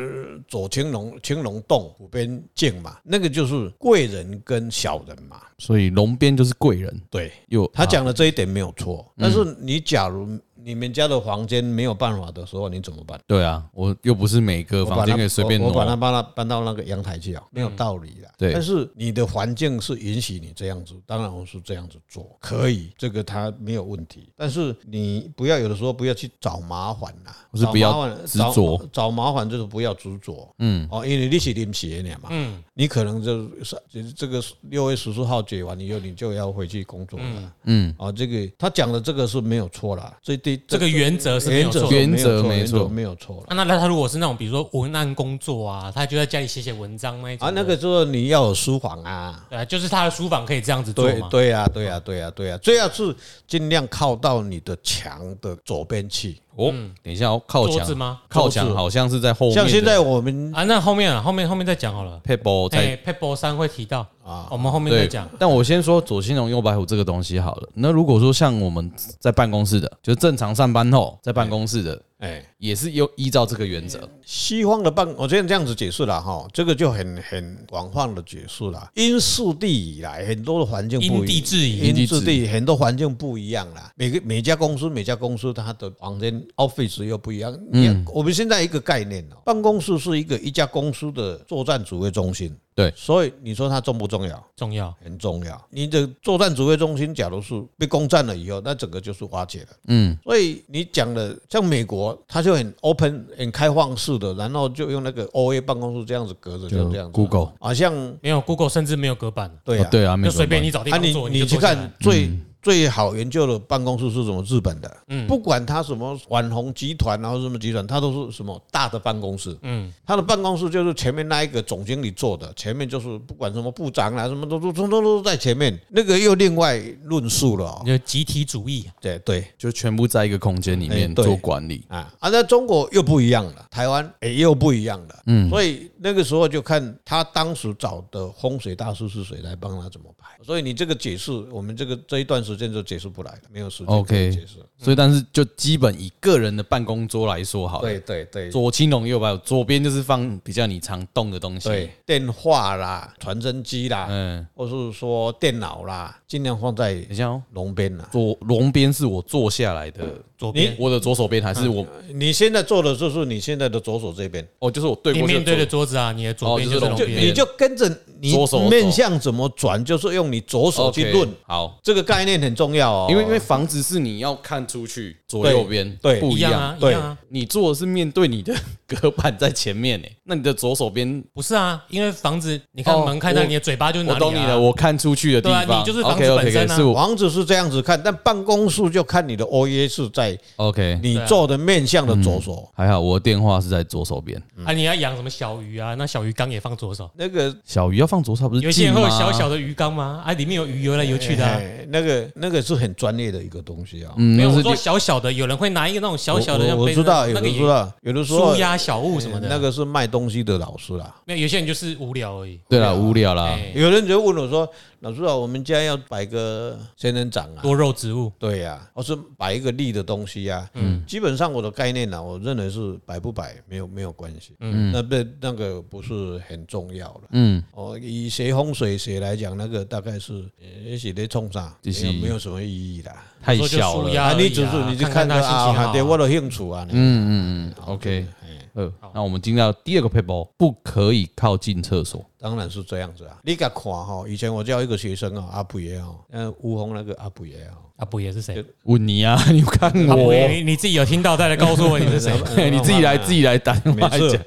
[SPEAKER 3] 左青龙青龙洞虎边静嘛，那个就是贵人跟小人嘛。
[SPEAKER 1] 所以龙边就是贵人，
[SPEAKER 3] 对
[SPEAKER 1] 又
[SPEAKER 3] 他
[SPEAKER 1] 啊
[SPEAKER 3] 讲的这一点没有错，但是你假如你们家的房间没有办法的时候，你怎么办？
[SPEAKER 1] 对啊，我又不是每个
[SPEAKER 3] 我把
[SPEAKER 1] 房间
[SPEAKER 3] 它
[SPEAKER 1] 可以随便
[SPEAKER 3] 我我把它
[SPEAKER 1] 挪，
[SPEAKER 3] 搬到搬到那个阳台去啊，没有
[SPEAKER 2] 嗯
[SPEAKER 3] 道理的。
[SPEAKER 1] 对
[SPEAKER 3] 但是你的环境是允许你这样子，当然我是这样子做，可以，这个它没有问题。但是你不要有的时候不要去找麻烦啦，
[SPEAKER 1] 或是不要
[SPEAKER 3] 找麻烦
[SPEAKER 1] 执着
[SPEAKER 3] 找找麻烦就是不要执着，嗯，哦，因为你是临时的嘛，嗯，你可能就是就是这个六月十四
[SPEAKER 1] 嗯
[SPEAKER 3] 号解完以后，你就要回去工作了，嗯，哦，这个他讲的这个是没有错啦，这第以
[SPEAKER 2] 这个原则是没有错的。
[SPEAKER 1] 原则
[SPEAKER 3] 没有
[SPEAKER 1] 没错
[SPEAKER 3] 没有错了。
[SPEAKER 2] 啊那那他如果是那种比如说文案工作啊，他就在家里写写文章那一种
[SPEAKER 3] 啊，
[SPEAKER 2] 的
[SPEAKER 3] 那个时候你要有书房啊，
[SPEAKER 2] 对啊，就是他的书房可以这样子做
[SPEAKER 3] 对
[SPEAKER 2] 嘛。
[SPEAKER 3] 对啊，对啊，对啊，对啊，最好是尽量靠到你的墙的左边去。
[SPEAKER 1] 哦，等一下哦，靠
[SPEAKER 2] 桌子
[SPEAKER 1] 墙
[SPEAKER 2] 吗
[SPEAKER 1] 靠
[SPEAKER 3] 嗯桌
[SPEAKER 1] 墙
[SPEAKER 3] 子
[SPEAKER 1] 好像是在后面的。
[SPEAKER 3] 像现在我们
[SPEAKER 2] 啊，那后面啊，后面后面再讲好了。
[SPEAKER 1] Pebble 在
[SPEAKER 2] 哎 p e b b l e 三会提到啊，
[SPEAKER 3] 啊
[SPEAKER 2] 我们后面再
[SPEAKER 1] 对
[SPEAKER 2] 讲。，
[SPEAKER 1] 但我先说左青龙右白虎这个东西好了。那如果说像我们在办公室的，就是正常上班后在办公室的，
[SPEAKER 3] 哎，
[SPEAKER 1] 也是有依照这个原则。
[SPEAKER 3] 西方的办，我这样这样子解释了哈，这个就很很广泛的解释了。因树地以来，很多的环境不
[SPEAKER 2] 因
[SPEAKER 3] 一
[SPEAKER 2] 地
[SPEAKER 3] 样。
[SPEAKER 2] 制宜，
[SPEAKER 1] 因地
[SPEAKER 3] 因
[SPEAKER 1] 制宜
[SPEAKER 3] 质地很多环境不一样啦，每个每家公司每家公司它的房间 office 又不一样。嗯，我们现在一个概念哦，办公室是一个一家公司的作战指挥中心。
[SPEAKER 1] 对
[SPEAKER 3] 所以你说它重不重要？
[SPEAKER 2] 重要。
[SPEAKER 3] 很重要。你的作战指挥中心，假如是被攻占了以后，那整个就是瓦解了。
[SPEAKER 1] 嗯，
[SPEAKER 3] 所以你讲的像美国，它就很 open、很开放式的，然后就用那个 O A 办公室这样子隔着，就这样子。
[SPEAKER 1] Google
[SPEAKER 3] 啊，像
[SPEAKER 2] 没有 Google 甚至没有隔板，
[SPEAKER 3] 对
[SPEAKER 1] 哦
[SPEAKER 3] 啊，
[SPEAKER 1] 对啊，没
[SPEAKER 2] 就
[SPEAKER 1] 有
[SPEAKER 2] 随便你找地
[SPEAKER 3] 啊
[SPEAKER 2] 方
[SPEAKER 3] 你
[SPEAKER 2] 坐，
[SPEAKER 3] 你
[SPEAKER 2] 就
[SPEAKER 3] 去
[SPEAKER 2] 坐下来
[SPEAKER 3] 看最最好研究的办公室是什么？日本的，
[SPEAKER 2] 嗯
[SPEAKER 3] 不管它什么网红集团，然后什么集团，它都是什么大的办公室，
[SPEAKER 2] 嗯，
[SPEAKER 3] 它的办公室就是前面那一个总经理做的，前面就是不管什么部长啊，什么都都都都都在前面，那个又另外论述了、哦，
[SPEAKER 2] 就集体主义，
[SPEAKER 3] 对对。
[SPEAKER 1] 就全部在一个空间里面
[SPEAKER 3] 哎对
[SPEAKER 1] 做管理。
[SPEAKER 3] 啊啊，那中国又不一样了，台湾也又不一样了，嗯，所以那个时候就看他当时找的风水大师是谁来帮他怎么排，所以你这个解释，我们这个这一段时间就解释不来了，没有时间
[SPEAKER 1] OK
[SPEAKER 3] 可以解释。
[SPEAKER 1] 所以，但是就基本以个人的办公桌来说好了，
[SPEAKER 3] 对对对
[SPEAKER 1] 左青龙右白虎，左边就是放比较你常动的东
[SPEAKER 3] 对
[SPEAKER 1] 西，，
[SPEAKER 3] 电话啦、传真机啦，
[SPEAKER 1] 嗯，
[SPEAKER 3] 或是说电脑啦，尽量放在
[SPEAKER 1] 等一下哦，
[SPEAKER 3] 龙边啦。
[SPEAKER 1] 左龙边是我坐下来的
[SPEAKER 2] 左边
[SPEAKER 1] 我的左手边还
[SPEAKER 3] 嗯
[SPEAKER 1] 是我
[SPEAKER 3] 你现在做的就是你现在的左手这边，
[SPEAKER 1] 哦，就是我对
[SPEAKER 2] 你
[SPEAKER 1] 过去的
[SPEAKER 2] 面对
[SPEAKER 1] 左
[SPEAKER 2] 的桌子啊，你的左边
[SPEAKER 1] 哦就
[SPEAKER 2] 就
[SPEAKER 1] 是是
[SPEAKER 2] 龙
[SPEAKER 1] 龙
[SPEAKER 3] 就
[SPEAKER 1] 边
[SPEAKER 2] 边
[SPEAKER 3] 你，就跟着你
[SPEAKER 1] 左手走
[SPEAKER 3] 面向怎么转，就是用你左手去
[SPEAKER 1] OK，
[SPEAKER 3] 论，
[SPEAKER 1] 好。
[SPEAKER 3] 这个概念很重要哦。
[SPEAKER 1] 因为因为房子是你要看出去左
[SPEAKER 3] 对
[SPEAKER 1] 右边
[SPEAKER 3] 对
[SPEAKER 1] 不
[SPEAKER 2] 一
[SPEAKER 1] 一
[SPEAKER 2] 样
[SPEAKER 1] 样
[SPEAKER 2] 啊，一
[SPEAKER 3] 对
[SPEAKER 2] 样啊，
[SPEAKER 1] 你做的是面对你的 隔板在前面诶，那你的左手边，
[SPEAKER 2] 不是啊，因为房子你看
[SPEAKER 1] 哦
[SPEAKER 2] 门开那，
[SPEAKER 1] 我
[SPEAKER 2] 你的嘴巴就是哪
[SPEAKER 1] 我
[SPEAKER 2] 里啊
[SPEAKER 1] 懂你了，我看出去的地
[SPEAKER 2] 对啊
[SPEAKER 1] 方，
[SPEAKER 2] 你就是房子
[SPEAKER 1] OK OK
[SPEAKER 2] 本身
[SPEAKER 1] OK，
[SPEAKER 2] 啊
[SPEAKER 1] 是我
[SPEAKER 3] 房子是这样子看，但办公室就看你的 O A 是在
[SPEAKER 1] OK，
[SPEAKER 3] 你
[SPEAKER 2] 啊
[SPEAKER 3] 做的面向的左手。
[SPEAKER 2] 嗯
[SPEAKER 1] 还好我的电话是在左手边，
[SPEAKER 2] 啊，
[SPEAKER 3] 嗯
[SPEAKER 2] 你要养什么小鱼啊？那小鱼缸也放左手，
[SPEAKER 3] 那个
[SPEAKER 1] 小鱼要放左手不
[SPEAKER 2] 有
[SPEAKER 3] 嗯
[SPEAKER 1] 是
[SPEAKER 2] 一些
[SPEAKER 1] 近
[SPEAKER 2] 人
[SPEAKER 1] 吗
[SPEAKER 2] 会有？小小的鱼缸吗？啊，里面有鱼游来游去的啊。
[SPEAKER 3] 哎那个那个是很专业的一个东西啊。
[SPEAKER 1] 嗯，
[SPEAKER 2] 没有，
[SPEAKER 1] 那
[SPEAKER 2] 我
[SPEAKER 1] 是
[SPEAKER 2] 说
[SPEAKER 1] 六
[SPEAKER 2] 小小的，有人会拿一个那种小小的，
[SPEAKER 3] 我
[SPEAKER 2] 像
[SPEAKER 3] 我我
[SPEAKER 2] 杯子
[SPEAKER 3] 知道，有
[SPEAKER 2] 那
[SPEAKER 3] 的
[SPEAKER 2] 个
[SPEAKER 3] 知道，有的时候
[SPEAKER 2] 舒压小物什么的。
[SPEAKER 3] 那个是卖东西的老师啦。
[SPEAKER 2] 没有，有些人就是无聊而已。
[SPEAKER 1] 对了，无聊
[SPEAKER 3] 啊
[SPEAKER 1] 啦，
[SPEAKER 2] 哎，
[SPEAKER 3] 有人就问我说：“老师啊，我们家要摆个仙人掌啊
[SPEAKER 2] 多肉植物？”
[SPEAKER 3] 对呀、或是摆一个立的东西呀、嗯，基本上我的概念呢、啊我认为是摆不摆没有没有关系。嗯，那不那个不是很重要了。
[SPEAKER 1] 嗯，
[SPEAKER 3] 哦，以学风水学来讲，那个大概是呃也许在冲啥，
[SPEAKER 1] 就
[SPEAKER 3] 没
[SPEAKER 1] 是
[SPEAKER 3] 有没有什么意义啦。
[SPEAKER 1] 太
[SPEAKER 2] 有时候
[SPEAKER 1] 小
[SPEAKER 2] 就舒
[SPEAKER 1] 了，
[SPEAKER 2] 压而已啊
[SPEAKER 3] 你只是你就
[SPEAKER 2] 看
[SPEAKER 3] 看
[SPEAKER 2] 他
[SPEAKER 3] 着
[SPEAKER 2] 心情
[SPEAKER 3] 啊，
[SPEAKER 2] 好
[SPEAKER 3] 对我的兴趣啊。嗯，
[SPEAKER 1] 嗯嗯嗯，OK，
[SPEAKER 3] 哎
[SPEAKER 1] 呃，那我们进到第二个 paper，不可以靠近厕所，
[SPEAKER 3] 当然是这样子啊。你给看哈、以前我教一个学生啊，阿布爷哦，嗯，吴红那个阿布爷哦，
[SPEAKER 2] 啊，不也是谁？
[SPEAKER 1] 问你啊， 你看
[SPEAKER 2] 啊
[SPEAKER 1] 我
[SPEAKER 2] 不，也你你自己有听到，再来告诉我你是 谁。
[SPEAKER 1] 你自己来自己来打电
[SPEAKER 3] 每
[SPEAKER 1] 话
[SPEAKER 3] 次
[SPEAKER 1] 讲，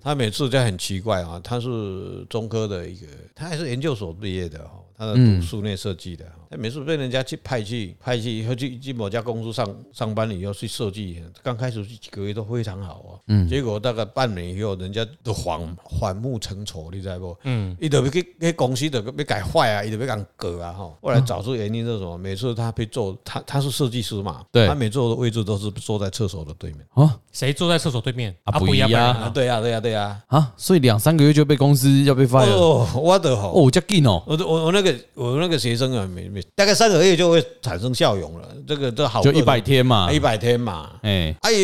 [SPEAKER 3] 他每次在很奇怪啊，他是中科的一个，他还是研究所毕业的哦，他是读室内设计的哦，他每次被人家去派去派去，后去去某家公司上上班以后去设计，刚开始几个月都非常好哦，嗯，结果大概半年以后，人家都反反目成仇，你知道不？嗯，伊就要去去公司就要改坏啊，伊就要讲割啊吼。后来找出原因是什么？每次他被坐，他他是设计师嘛，
[SPEAKER 1] 对
[SPEAKER 3] 他每坐的位置都是坐在厕所的对面。
[SPEAKER 1] 哦
[SPEAKER 2] 谁坐在厕所对面？
[SPEAKER 1] 啊
[SPEAKER 2] 不
[SPEAKER 1] 不一
[SPEAKER 2] 样
[SPEAKER 1] 样
[SPEAKER 3] 啊，
[SPEAKER 2] 啊，
[SPEAKER 3] 对啊，对啊，对啊。
[SPEAKER 1] 啊，所以两三个月就被公司要被 fire 了。
[SPEAKER 3] 哦，我的好。
[SPEAKER 1] 哦，叫 Gin 哦，
[SPEAKER 3] 我的我我那个我那个学生啊，没没大概三个月就会产生效用了，这个这好
[SPEAKER 1] 就一百天嘛，
[SPEAKER 3] 一百天嘛，
[SPEAKER 1] 哎，
[SPEAKER 3] 哎、有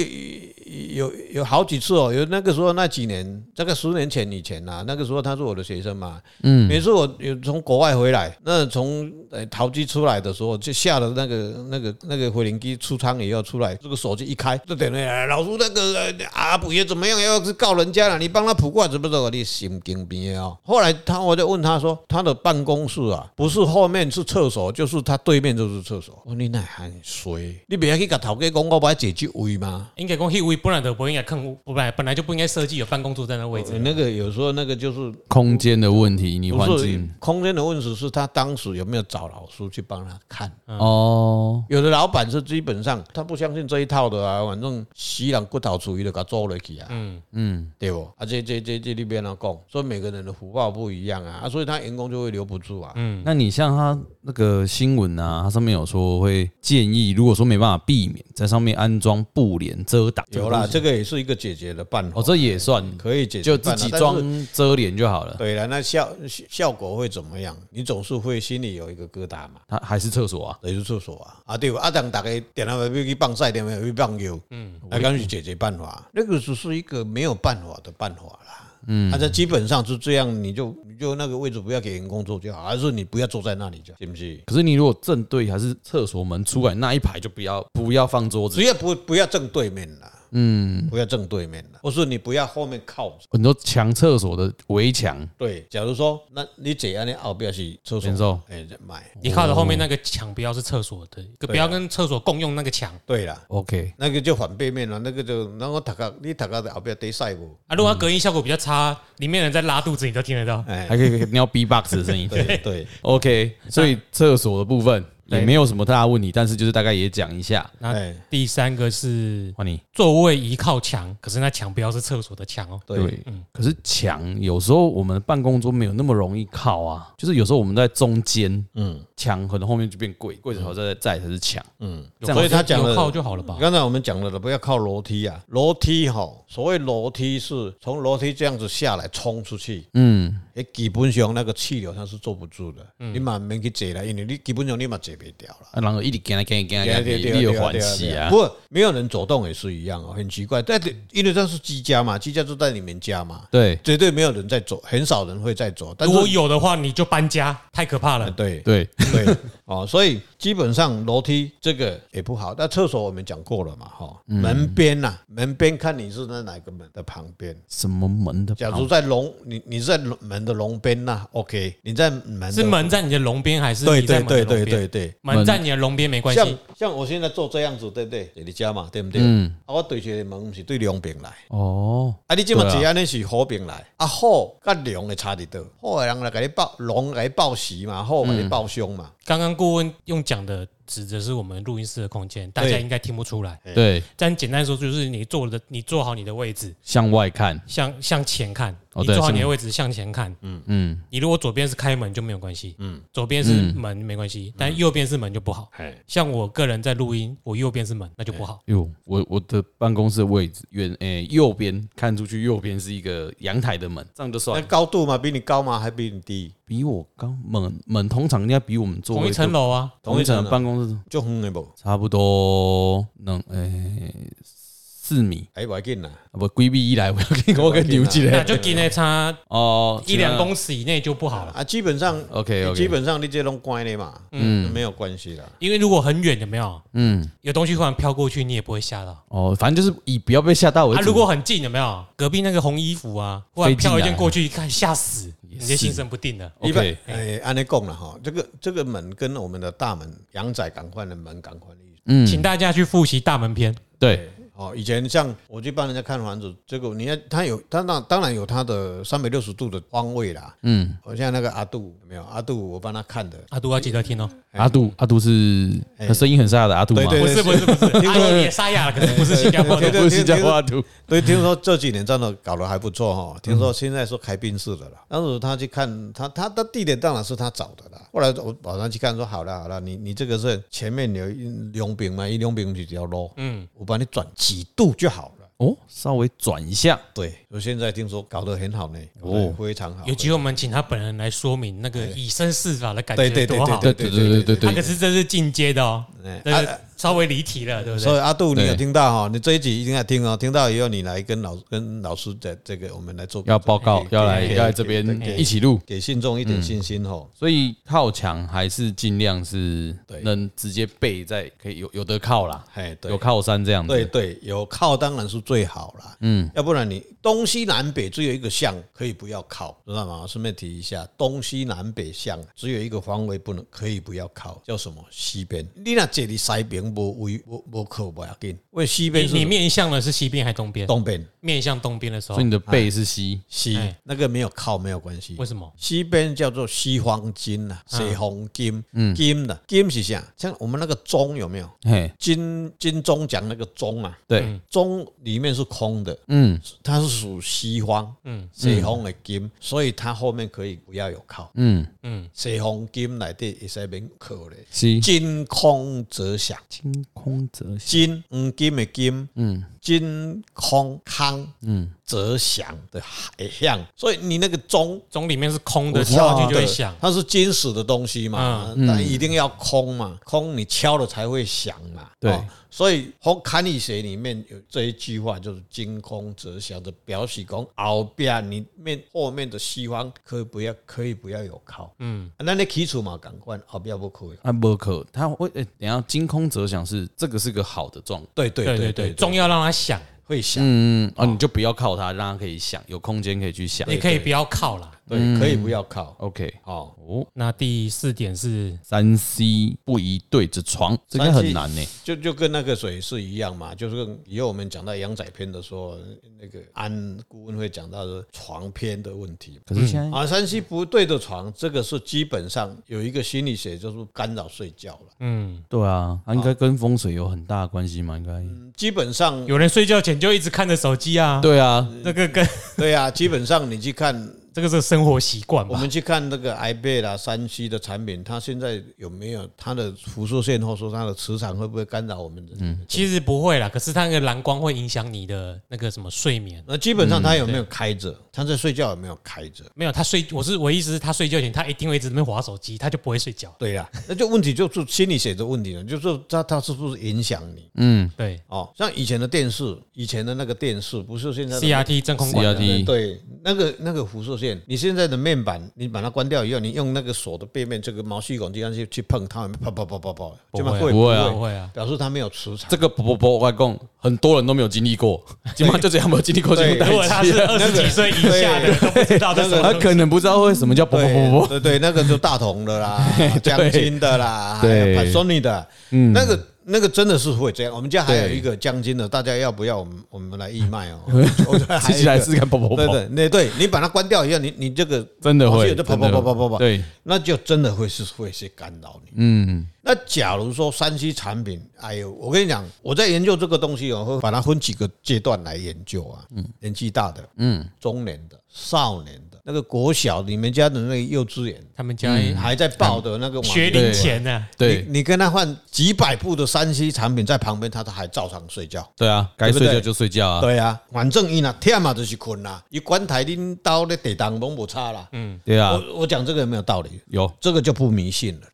[SPEAKER 3] 有有好几次哦，有那个时候那几年，大概十年前以前呐、那个时候他是我的学生嘛，嗯，每次我有从国外回来，那从呃淘机出来的时候，就下了那个那个那个回零机出仓以后出来，这个手机一开，就等于、哎老叔那个呃阿普也怎么样，要是告人家了，你帮他卜卦怎么怎么，你神经病的哦。后来他我就问他说，他的办公室啊，啊，不是后面是厕所，就是他对面就是厕所。我说你那很衰，你不要去跟头家讲我要解决位吗？
[SPEAKER 2] 应该讲 he 位本来就不应该看，本来本来就不应该设计有办公桌在那位置。
[SPEAKER 3] 那个有时候那个就是
[SPEAKER 1] 空间的问题，你环
[SPEAKER 3] 不是
[SPEAKER 1] 境
[SPEAKER 3] 空间的问题，是他当时有没有找老师去帮他看？
[SPEAKER 1] 哦，
[SPEAKER 3] 有的老板是基本上他不相信这一套的啊，反正西人骨头主义的给他做了去啊，
[SPEAKER 2] 嗯
[SPEAKER 1] 嗯，
[SPEAKER 3] 对不？啊，这这这这里边呢讲，所以每个人的福报不一样啊，啊，所以他员工就会留不住啊。
[SPEAKER 2] 嗯，
[SPEAKER 1] 那你像他那个新闻啊，它上面有说会建议，如果说没办法避免，在上面安装布帘遮挡，
[SPEAKER 3] 有啦，这个也是一个解决的办法，
[SPEAKER 1] 哦，这也算，
[SPEAKER 3] 可以解决
[SPEAKER 1] 就
[SPEAKER 3] 办法，
[SPEAKER 1] 自己
[SPEAKER 3] 但是
[SPEAKER 1] 装遮帘就好了。
[SPEAKER 3] 对了，那效效果会怎么样？你总是会心里有一个疙瘩嘛。
[SPEAKER 1] 它还是厕所啊，
[SPEAKER 3] 等于厕所啊，啊对吧？啊，当大家点了要去放晒，点了去放油，嗯，那刚去解决办法，那个只是一个没有办法的办法啦。嗯，啊，这基本上是这样，你就你就那个位置不要给员工坐就好，还是你不要坐在那里就好，是不是？
[SPEAKER 1] 可是你如果正对还是厕所门出来那一排就不要不要放桌子
[SPEAKER 3] 只，要不不要正对面啦，嗯，不要正对面啦，或是你不要后面靠着。
[SPEAKER 1] 很多墙厕所的围墙，
[SPEAKER 3] 对，假如说那你这样呢，后边是厕
[SPEAKER 1] 免受
[SPEAKER 3] 所，哎，买。
[SPEAKER 2] 你靠着后面那个墙，不要是厕所的，不要跟厕所共用那个墙
[SPEAKER 3] 对啦，
[SPEAKER 1] OK，
[SPEAKER 3] 那个就反背面了，那个就然后大家你大家在后边得晒不？
[SPEAKER 2] 啊。如果它隔音效果比较差，里面人在拉肚子，你都听得 到。
[SPEAKER 3] 哎，
[SPEAKER 1] 还可以尿 B box 的声音。
[SPEAKER 3] 对对。
[SPEAKER 1] OK，所以厕所的部分也没有什么太大问题，但是就是大概也讲一下。
[SPEAKER 2] 那
[SPEAKER 3] 哎
[SPEAKER 2] 第三个是
[SPEAKER 1] 换你
[SPEAKER 2] 座位移靠墙，可是那墙不要是厕所的墙哦。
[SPEAKER 3] 对，
[SPEAKER 1] 可是墙有时候我们办公桌没有那么容易靠啊，就是有时候我们在中间，嗯，墙可能后面就变柜，柜子头再再才是墙，
[SPEAKER 3] 嗯
[SPEAKER 1] 这样
[SPEAKER 3] 所以他讲
[SPEAKER 2] 有靠
[SPEAKER 3] 了，嗯
[SPEAKER 2] 就好了吧？
[SPEAKER 3] 哦刚才我们讲了的，不要靠楼梯啊，楼梯哈，所谓楼梯是从楼梯这样子下来冲出去，
[SPEAKER 1] 嗯，
[SPEAKER 3] 诶，基本上那个气流它是坐不住的，你嘛免去坐了，因为你基本上你嘛坐不掉了。
[SPEAKER 1] 啊然后一直跟来跟来跟来跟来，
[SPEAKER 3] 对
[SPEAKER 1] 你有
[SPEAKER 3] 对
[SPEAKER 1] 缓
[SPEAKER 3] 对
[SPEAKER 1] 气啊
[SPEAKER 3] 不，过没有人走动也是一样哦，很奇怪。但因为这是居家嘛，居家就在你们家嘛，
[SPEAKER 1] 对
[SPEAKER 3] 绝对没有人在走，很少人会在走。但
[SPEAKER 2] 如
[SPEAKER 3] 是哎
[SPEAKER 2] 果有的话，你就搬家，太可怕了。
[SPEAKER 3] 对
[SPEAKER 1] 对，
[SPEAKER 3] 对哦，所以基本上楼梯这个也不好。那厕所我们讲过了嘛，哈，
[SPEAKER 2] 嗯
[SPEAKER 3] 门边呐、门边看你是在哪个门的旁边。
[SPEAKER 1] 什么门的
[SPEAKER 3] 假
[SPEAKER 1] 旁
[SPEAKER 3] 如在龙，你你是在龙门的龙边呐，OK，你在门的
[SPEAKER 2] 是门在你的笼边还是
[SPEAKER 3] 对
[SPEAKER 2] 你在
[SPEAKER 3] 对
[SPEAKER 2] 门的
[SPEAKER 3] 对
[SPEAKER 2] 笼
[SPEAKER 3] 对
[SPEAKER 2] 边？
[SPEAKER 3] 对对。
[SPEAKER 2] 门在你的笼边没关
[SPEAKER 3] 像
[SPEAKER 2] 系，
[SPEAKER 3] 像我现在做这样子，对不对？在你家嘛，对不对？
[SPEAKER 1] 嗯
[SPEAKER 3] 啊，我对这个门不是对两边来，
[SPEAKER 1] 哦，
[SPEAKER 3] 啊，你这么
[SPEAKER 1] 对
[SPEAKER 3] 坐安尼是好边来，啊好甲龙的差伫倒，好的人来给你报龙来报喜嘛，好
[SPEAKER 2] 嗯
[SPEAKER 3] 给你报凶嘛，
[SPEAKER 2] 刚刚顾问用讲的指的是我们录音室的空间，大家
[SPEAKER 3] 对
[SPEAKER 2] 应该听不出来。
[SPEAKER 1] 对，
[SPEAKER 2] 但简单说，就是你坐的，你坐好你的位置，
[SPEAKER 1] 向外看，
[SPEAKER 2] 向向前看，
[SPEAKER 1] 哦
[SPEAKER 2] 你
[SPEAKER 1] 对
[SPEAKER 2] 坐好
[SPEAKER 1] 向
[SPEAKER 2] 你的位置向前看。嗯
[SPEAKER 1] 嗯，
[SPEAKER 2] 你如果左边是开门就没有关系，嗯，左边是门没关
[SPEAKER 1] 嗯
[SPEAKER 2] 系，但右边是门就不好。
[SPEAKER 3] 哎，
[SPEAKER 2] 像我个人在录音，我右边是门，那就不好。
[SPEAKER 1] 哟，我我的办公室的位置远诶、右边看出去，右边是一个阳台的门，这样就算
[SPEAKER 3] 那
[SPEAKER 1] 了。
[SPEAKER 3] 高度嘛比你高嘛，还比你低，
[SPEAKER 1] 比我高门门通常应该比我们座位
[SPEAKER 2] 同一层
[SPEAKER 1] 多
[SPEAKER 2] 楼啊，
[SPEAKER 1] 同一层
[SPEAKER 3] 同一层
[SPEAKER 1] 的
[SPEAKER 3] 啊
[SPEAKER 1] 办公室
[SPEAKER 3] 就远的不，
[SPEAKER 1] 差不多能诶四、米
[SPEAKER 3] 哎，要紧啦，
[SPEAKER 1] 啊不规避一来我要给 我跟牛起
[SPEAKER 2] 那
[SPEAKER 1] 来
[SPEAKER 2] 就给那差
[SPEAKER 1] 哦
[SPEAKER 2] 一两公尺以内就不好了。
[SPEAKER 3] 啊，基本上
[SPEAKER 1] OK
[SPEAKER 3] 基
[SPEAKER 1] OK
[SPEAKER 3] 本上你这拢关的嘛，嗯，没有关系啦，
[SPEAKER 2] 因为如果很远，有没有
[SPEAKER 1] 嗯
[SPEAKER 2] 有东西忽然飘过去，你也不会吓到。
[SPEAKER 1] 哦反正就是以不要被吓到为主。
[SPEAKER 2] 啊，如果很近，有没有隔壁那个红衣服啊？忽然
[SPEAKER 1] 飞进
[SPEAKER 2] 飘一件
[SPEAKER 1] 来
[SPEAKER 2] 过去，一看吓死，你
[SPEAKER 1] 是
[SPEAKER 2] 就心神不定了。
[SPEAKER 1] OK
[SPEAKER 3] 一般哎，按你讲了哈，这个这个门跟我们的大门阳仔赶快的门赶快的意思。
[SPEAKER 1] 嗯
[SPEAKER 2] 请大家去复习大门篇，
[SPEAKER 1] 对
[SPEAKER 3] 哦，以前像我去帮人家看房子，这个你看他有，他那当然有他的三百六十度的方位啦。嗯，我像那个阿杜有没有？阿杜我帮他看的，
[SPEAKER 2] 阿杜要记得听哦。
[SPEAKER 1] 阿杜阿杜是他声音很沙哑的阿杜吗？
[SPEAKER 3] 对
[SPEAKER 2] 不是不是不是，阿杜也沙哑了，可是不是新加坡
[SPEAKER 3] 对
[SPEAKER 2] 的。
[SPEAKER 3] 对
[SPEAKER 1] 不是叫阿杜，
[SPEAKER 3] 对，听说这几年真的搞得还不错
[SPEAKER 1] 嗯
[SPEAKER 3] 哈、哦。听说现在说开宾士的了，当时他去看他他的地点当然是他找的啦。后来我晚上去看说好了好了，你你这个是前面有一两柄嘛，一两柄比较 low，嗯，我帮你转几度就好了。
[SPEAKER 1] 哦，稍微转一下，
[SPEAKER 3] 对，我现在听说搞得很好呢，
[SPEAKER 1] 哦
[SPEAKER 3] 哦，非常好。
[SPEAKER 2] 有机会我们请他本人来说明那个以身试法的感
[SPEAKER 3] 对
[SPEAKER 2] 觉
[SPEAKER 3] 对对
[SPEAKER 2] 多好。啊
[SPEAKER 3] 对
[SPEAKER 1] 对对对对对
[SPEAKER 2] 他
[SPEAKER 1] 对
[SPEAKER 2] 可是这是进阶的哦，
[SPEAKER 3] 哎
[SPEAKER 2] 这是
[SPEAKER 3] 啊
[SPEAKER 2] 稍微离题了，对不对？
[SPEAKER 3] 所以阿杜，你
[SPEAKER 1] 对
[SPEAKER 3] 有听到哈？你这一集一定要听哦，听到以后你来跟老跟老师在这个我们来做
[SPEAKER 1] 要报告，
[SPEAKER 3] 给
[SPEAKER 1] 要来
[SPEAKER 3] 给
[SPEAKER 1] 要来这边
[SPEAKER 3] 给
[SPEAKER 1] 一起嗯录。
[SPEAKER 3] 给信众一点信心哦。
[SPEAKER 1] 所以靠墙还是尽量是
[SPEAKER 3] 对
[SPEAKER 1] 能直接背在，可以有有得靠啦，
[SPEAKER 3] 哎，对
[SPEAKER 1] 有，靠山这样
[SPEAKER 3] 对
[SPEAKER 1] 子。
[SPEAKER 3] 对，有靠当然是最好啦。
[SPEAKER 1] 嗯，
[SPEAKER 3] 要不然你东西南北只有一个向可以不要靠，知道吗？顺便提一下，东西南北向只有一个方位不能可以不要靠，叫什么？西边。你那这里西边无位无无靠不要紧，因为西边
[SPEAKER 2] 你
[SPEAKER 3] 是
[SPEAKER 2] 你面向的是西边还是东边？
[SPEAKER 3] 东边
[SPEAKER 2] 面向东边的时候
[SPEAKER 1] 所以，你的背是西，
[SPEAKER 3] 西
[SPEAKER 2] 哎
[SPEAKER 3] 那个没有靠没有关系
[SPEAKER 2] 为。什么？
[SPEAKER 3] 西边叫做西方金啊，西方金，金的金是啥？像我们那个钟有没有？
[SPEAKER 1] 嘿，
[SPEAKER 3] 金金钟奖那个钟啊，
[SPEAKER 1] 对，
[SPEAKER 3] 钟里面是空的，
[SPEAKER 1] 嗯
[SPEAKER 3] 它是属西方，嗯，西方的金，所以它后面可以不要有靠，
[SPEAKER 1] 嗯，
[SPEAKER 3] 西方金来底也是免靠的。
[SPEAKER 1] 西
[SPEAKER 3] 金空则祥，
[SPEAKER 1] 金空则西，
[SPEAKER 3] 金黄金的金，
[SPEAKER 1] 嗯
[SPEAKER 3] 金空康
[SPEAKER 1] 嗯，
[SPEAKER 3] 则祥的海象，所以你那个钟
[SPEAKER 2] 钟里面是空的，敲下去就会响。
[SPEAKER 3] 啊它是金属的东西嘛，但一定要空嘛，空你敲了才会响嘛。
[SPEAKER 1] 对
[SPEAKER 3] 哦所以《红堪里学》里面有这一句话，就是“金空则小”的表示讲，后边你面后面的西方可以不要，可以不要有靠。嗯，那你基础嘛，赶快后边不可以。
[SPEAKER 1] 啊不可，他会，诶等一下金空则想是这个是个好的状态，
[SPEAKER 3] 对对
[SPEAKER 2] 对对
[SPEAKER 3] 对
[SPEAKER 2] 对，
[SPEAKER 3] 对，
[SPEAKER 2] 钟要让它响，
[SPEAKER 3] 会响，
[SPEAKER 1] 嗯嗯，哦，你就不要靠它，让它可以想，有空间可以去想
[SPEAKER 2] 你。可以不要靠啦。
[SPEAKER 3] 对，可以不要靠。
[SPEAKER 1] OK，
[SPEAKER 3] 哦，
[SPEAKER 1] 哦，
[SPEAKER 2] 那第四点是，
[SPEAKER 1] 三 C 不宜对着床，这个很难呢。
[SPEAKER 3] 就就跟那个水是一样嘛，就是跟以后我们讲到阳宅篇的时候，那个安顾问会讲到的床篇的问题。
[SPEAKER 1] 可是现在
[SPEAKER 3] 啊，山西不对着床，这个是基本上有一个心理学，就是干扰睡觉了。
[SPEAKER 2] 嗯，
[SPEAKER 1] 对啊，它应该跟风水有很大的关系嘛，应该。
[SPEAKER 3] 基本上，
[SPEAKER 2] 有人睡觉前就一直看着手机啊，
[SPEAKER 1] 对啊，
[SPEAKER 2] 这个跟
[SPEAKER 3] 对啊，基本上你去看，
[SPEAKER 2] 这个是生活习惯
[SPEAKER 3] 我
[SPEAKER 2] 吧。
[SPEAKER 3] 们去看那个 iPad 啦、山西的产品，它现在有没有它的辐射线，或者说它的磁场会不会干扰我们的？嗯，
[SPEAKER 2] 其实不会啦，可是它那个蓝光会影响你的那个什么睡眠。
[SPEAKER 3] 那基本上它有没有开着？它在睡觉有没有开着？
[SPEAKER 2] 没有，他睡，我是我意思是，他睡觉前他一定会一直在那边划手机，他就不会睡觉。
[SPEAKER 3] 对呀、那就问题就是心理学的问题了，就是它它是不是影响你？
[SPEAKER 1] 嗯，
[SPEAKER 2] 对
[SPEAKER 3] 哦，像以前的电视，以前的那个电视不是现在的
[SPEAKER 2] ，CRT 真空管的
[SPEAKER 1] CRT
[SPEAKER 3] 对，那个那个辐射线，你现在的面板，你把它关掉以后，你用那个锁的背面这个毛细孔这样去去碰它，啪啪啪啪啪，这么
[SPEAKER 1] 不会啊
[SPEAKER 2] 不会啊，
[SPEAKER 3] 表示它没有磁场
[SPEAKER 1] 这。个不不不，外公很多人都没有经历过，基本上就这样没有经历过这
[SPEAKER 3] 对
[SPEAKER 1] 个
[SPEAKER 2] 如果他
[SPEAKER 1] 代
[SPEAKER 2] 是
[SPEAKER 1] 际，
[SPEAKER 2] 二十几岁以下的，都不知道这是什么
[SPEAKER 1] 他
[SPEAKER 2] 东西。
[SPEAKER 1] 可能不知道为什么叫不不不
[SPEAKER 3] 对
[SPEAKER 1] 不。
[SPEAKER 3] 对对，那个就大同 的啦，江津的啦，
[SPEAKER 1] 对嗯
[SPEAKER 3] ，Panasonic 的，那个那个真的是会这样。我们家还有一个江津的，大家要不要我们我们来义卖 哦？我觉得还
[SPEAKER 1] 自
[SPEAKER 3] 有一
[SPEAKER 1] 己
[SPEAKER 3] 个
[SPEAKER 1] 来试试看，不不不
[SPEAKER 3] 对，对，那对你把它关掉以后，你你这个
[SPEAKER 1] 真的
[SPEAKER 3] 毛细
[SPEAKER 1] 会，
[SPEAKER 3] 孔就啪
[SPEAKER 1] 真
[SPEAKER 3] 啪
[SPEAKER 1] 的
[SPEAKER 3] 啪啪啪啪，
[SPEAKER 1] 对，
[SPEAKER 3] 那就真的会是会是干扰你。
[SPEAKER 1] 嗯，
[SPEAKER 3] 那假如说山西产品，哎呦，我跟你讲，我在研究这个东西哦，我会把它分几个阶段来研究啊。年纪大的，嗯，中年的，少年的，那个国小你们家的那个幼稚园
[SPEAKER 2] 他们家
[SPEAKER 1] 嗯
[SPEAKER 3] 还在报的那个网
[SPEAKER 2] 学龄前啊呢，
[SPEAKER 1] 对
[SPEAKER 3] 你你跟他换几百部的山西产品在旁边，他都还照常睡觉。
[SPEAKER 1] 对啊，该
[SPEAKER 3] 对不
[SPEAKER 1] 睡
[SPEAKER 3] 对
[SPEAKER 1] 觉就睡觉啊，
[SPEAKER 3] 对啊，反正伊那忝嘛就是困啦，伊管台恁兜咧地当拢无差啦。嗯，
[SPEAKER 1] 对啊，
[SPEAKER 3] 我我讲这个有没有道理？
[SPEAKER 1] 有，
[SPEAKER 3] 这个就不迷信了。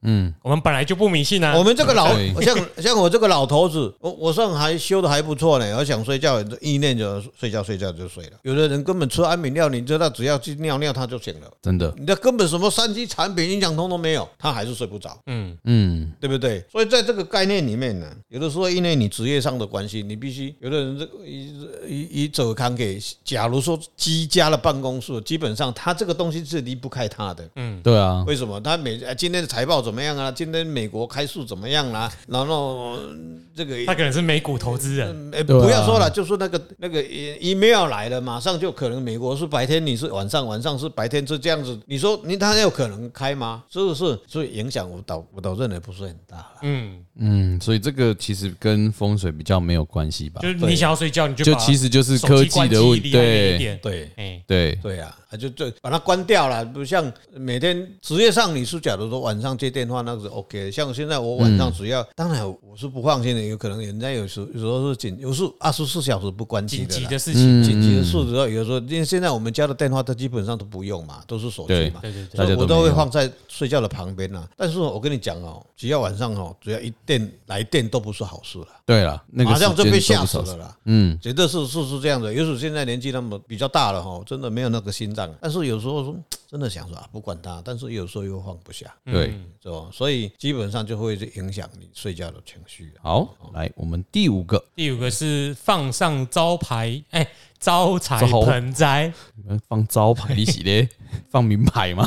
[SPEAKER 2] 我们本来就不迷信啊
[SPEAKER 3] 我。们这个老
[SPEAKER 1] 对
[SPEAKER 3] 像像我这个老头子，我我上还修的还不错呢。我想睡觉，意念就睡觉，睡觉就睡了。有的人根本吃安眠药，你知道，只要去尿尿他就醒了。
[SPEAKER 1] 真的，
[SPEAKER 3] 你的根本什么三 G 产品影响通通没有，他还是睡不着，
[SPEAKER 2] 嗯，
[SPEAKER 1] 嗯，
[SPEAKER 3] 对不对？所以在这个概念里面呢，有的时候因为你职业上的关系，你必须有的人这个以以以走康给，假如说居家的办公室，基本上他这个东西是离不开他的，
[SPEAKER 1] 对啊，
[SPEAKER 3] 为什么？他每呃今天的财报怎么样啊？今天美国开数怎么样啦、然后呃这个。
[SPEAKER 2] 他可能是美股投资人，
[SPEAKER 3] 呃
[SPEAKER 1] 对啊
[SPEAKER 3] 不要说了，就是那个那个呃 email 来了，马上就可能美国是白天，你是晚上，晚上是白天，是这样子。你说你他有可能开吗？是不是？所以影响我导我导认为不是很大了。
[SPEAKER 2] 嗯，
[SPEAKER 1] 嗯，所以这个其实跟风水比较没有关系
[SPEAKER 3] 啊
[SPEAKER 1] 吧
[SPEAKER 2] 就，是你想要睡觉，你就
[SPEAKER 1] 就
[SPEAKER 2] 把
[SPEAKER 1] 其实就是
[SPEAKER 2] 手
[SPEAKER 1] 科
[SPEAKER 2] 机关
[SPEAKER 1] 技的
[SPEAKER 2] 机
[SPEAKER 1] 问，
[SPEAKER 2] 离外面一
[SPEAKER 1] 对
[SPEAKER 2] 点，
[SPEAKER 3] 对
[SPEAKER 2] 哎，
[SPEAKER 1] 对，
[SPEAKER 3] 对啊，啊就就把它关掉了。不像每天职业上你是假如说晚上接电话那个是 OK，的像现在我
[SPEAKER 1] 嗯
[SPEAKER 3] 晚上只要，当然我是不放心的，有可能人家有时有时候是紧，有时二十四小时不关机
[SPEAKER 2] 紧
[SPEAKER 3] 的
[SPEAKER 2] 急
[SPEAKER 3] 啦。
[SPEAKER 2] 的事情，
[SPEAKER 3] 紧急的数值，有时候因为现在我们家的电话，它基本上上都不用嘛，都是手
[SPEAKER 1] 对
[SPEAKER 3] 机嘛。
[SPEAKER 2] 对对对，
[SPEAKER 1] 大家都
[SPEAKER 3] 我都
[SPEAKER 1] 没
[SPEAKER 3] 会
[SPEAKER 1] 用
[SPEAKER 3] 放在睡觉的旁边啊。但是我跟你讲哦，只要晚上哦，只要一电来电都不是好事了，
[SPEAKER 1] 对了，那个
[SPEAKER 3] 马上就被
[SPEAKER 1] 时间
[SPEAKER 3] 吓
[SPEAKER 1] 都不
[SPEAKER 3] 死
[SPEAKER 1] 少
[SPEAKER 3] 了啦。
[SPEAKER 1] 嗯，
[SPEAKER 3] 绝对是是是这样的，尤其现在年纪那么比较大了哈，真的没有那个心脏。啊但是有时候说真的想说啊，不管它，但是有时候又放不下，
[SPEAKER 2] 嗯
[SPEAKER 1] 对。
[SPEAKER 3] 是吧？所以基本上就会影响你睡觉的情绪啊。
[SPEAKER 1] 好，来我们第五个，
[SPEAKER 2] 第五个是放上招牌，哎、招财
[SPEAKER 1] 招
[SPEAKER 2] 盆栽，
[SPEAKER 1] 你们放招牌一起嘞，放名牌嘛，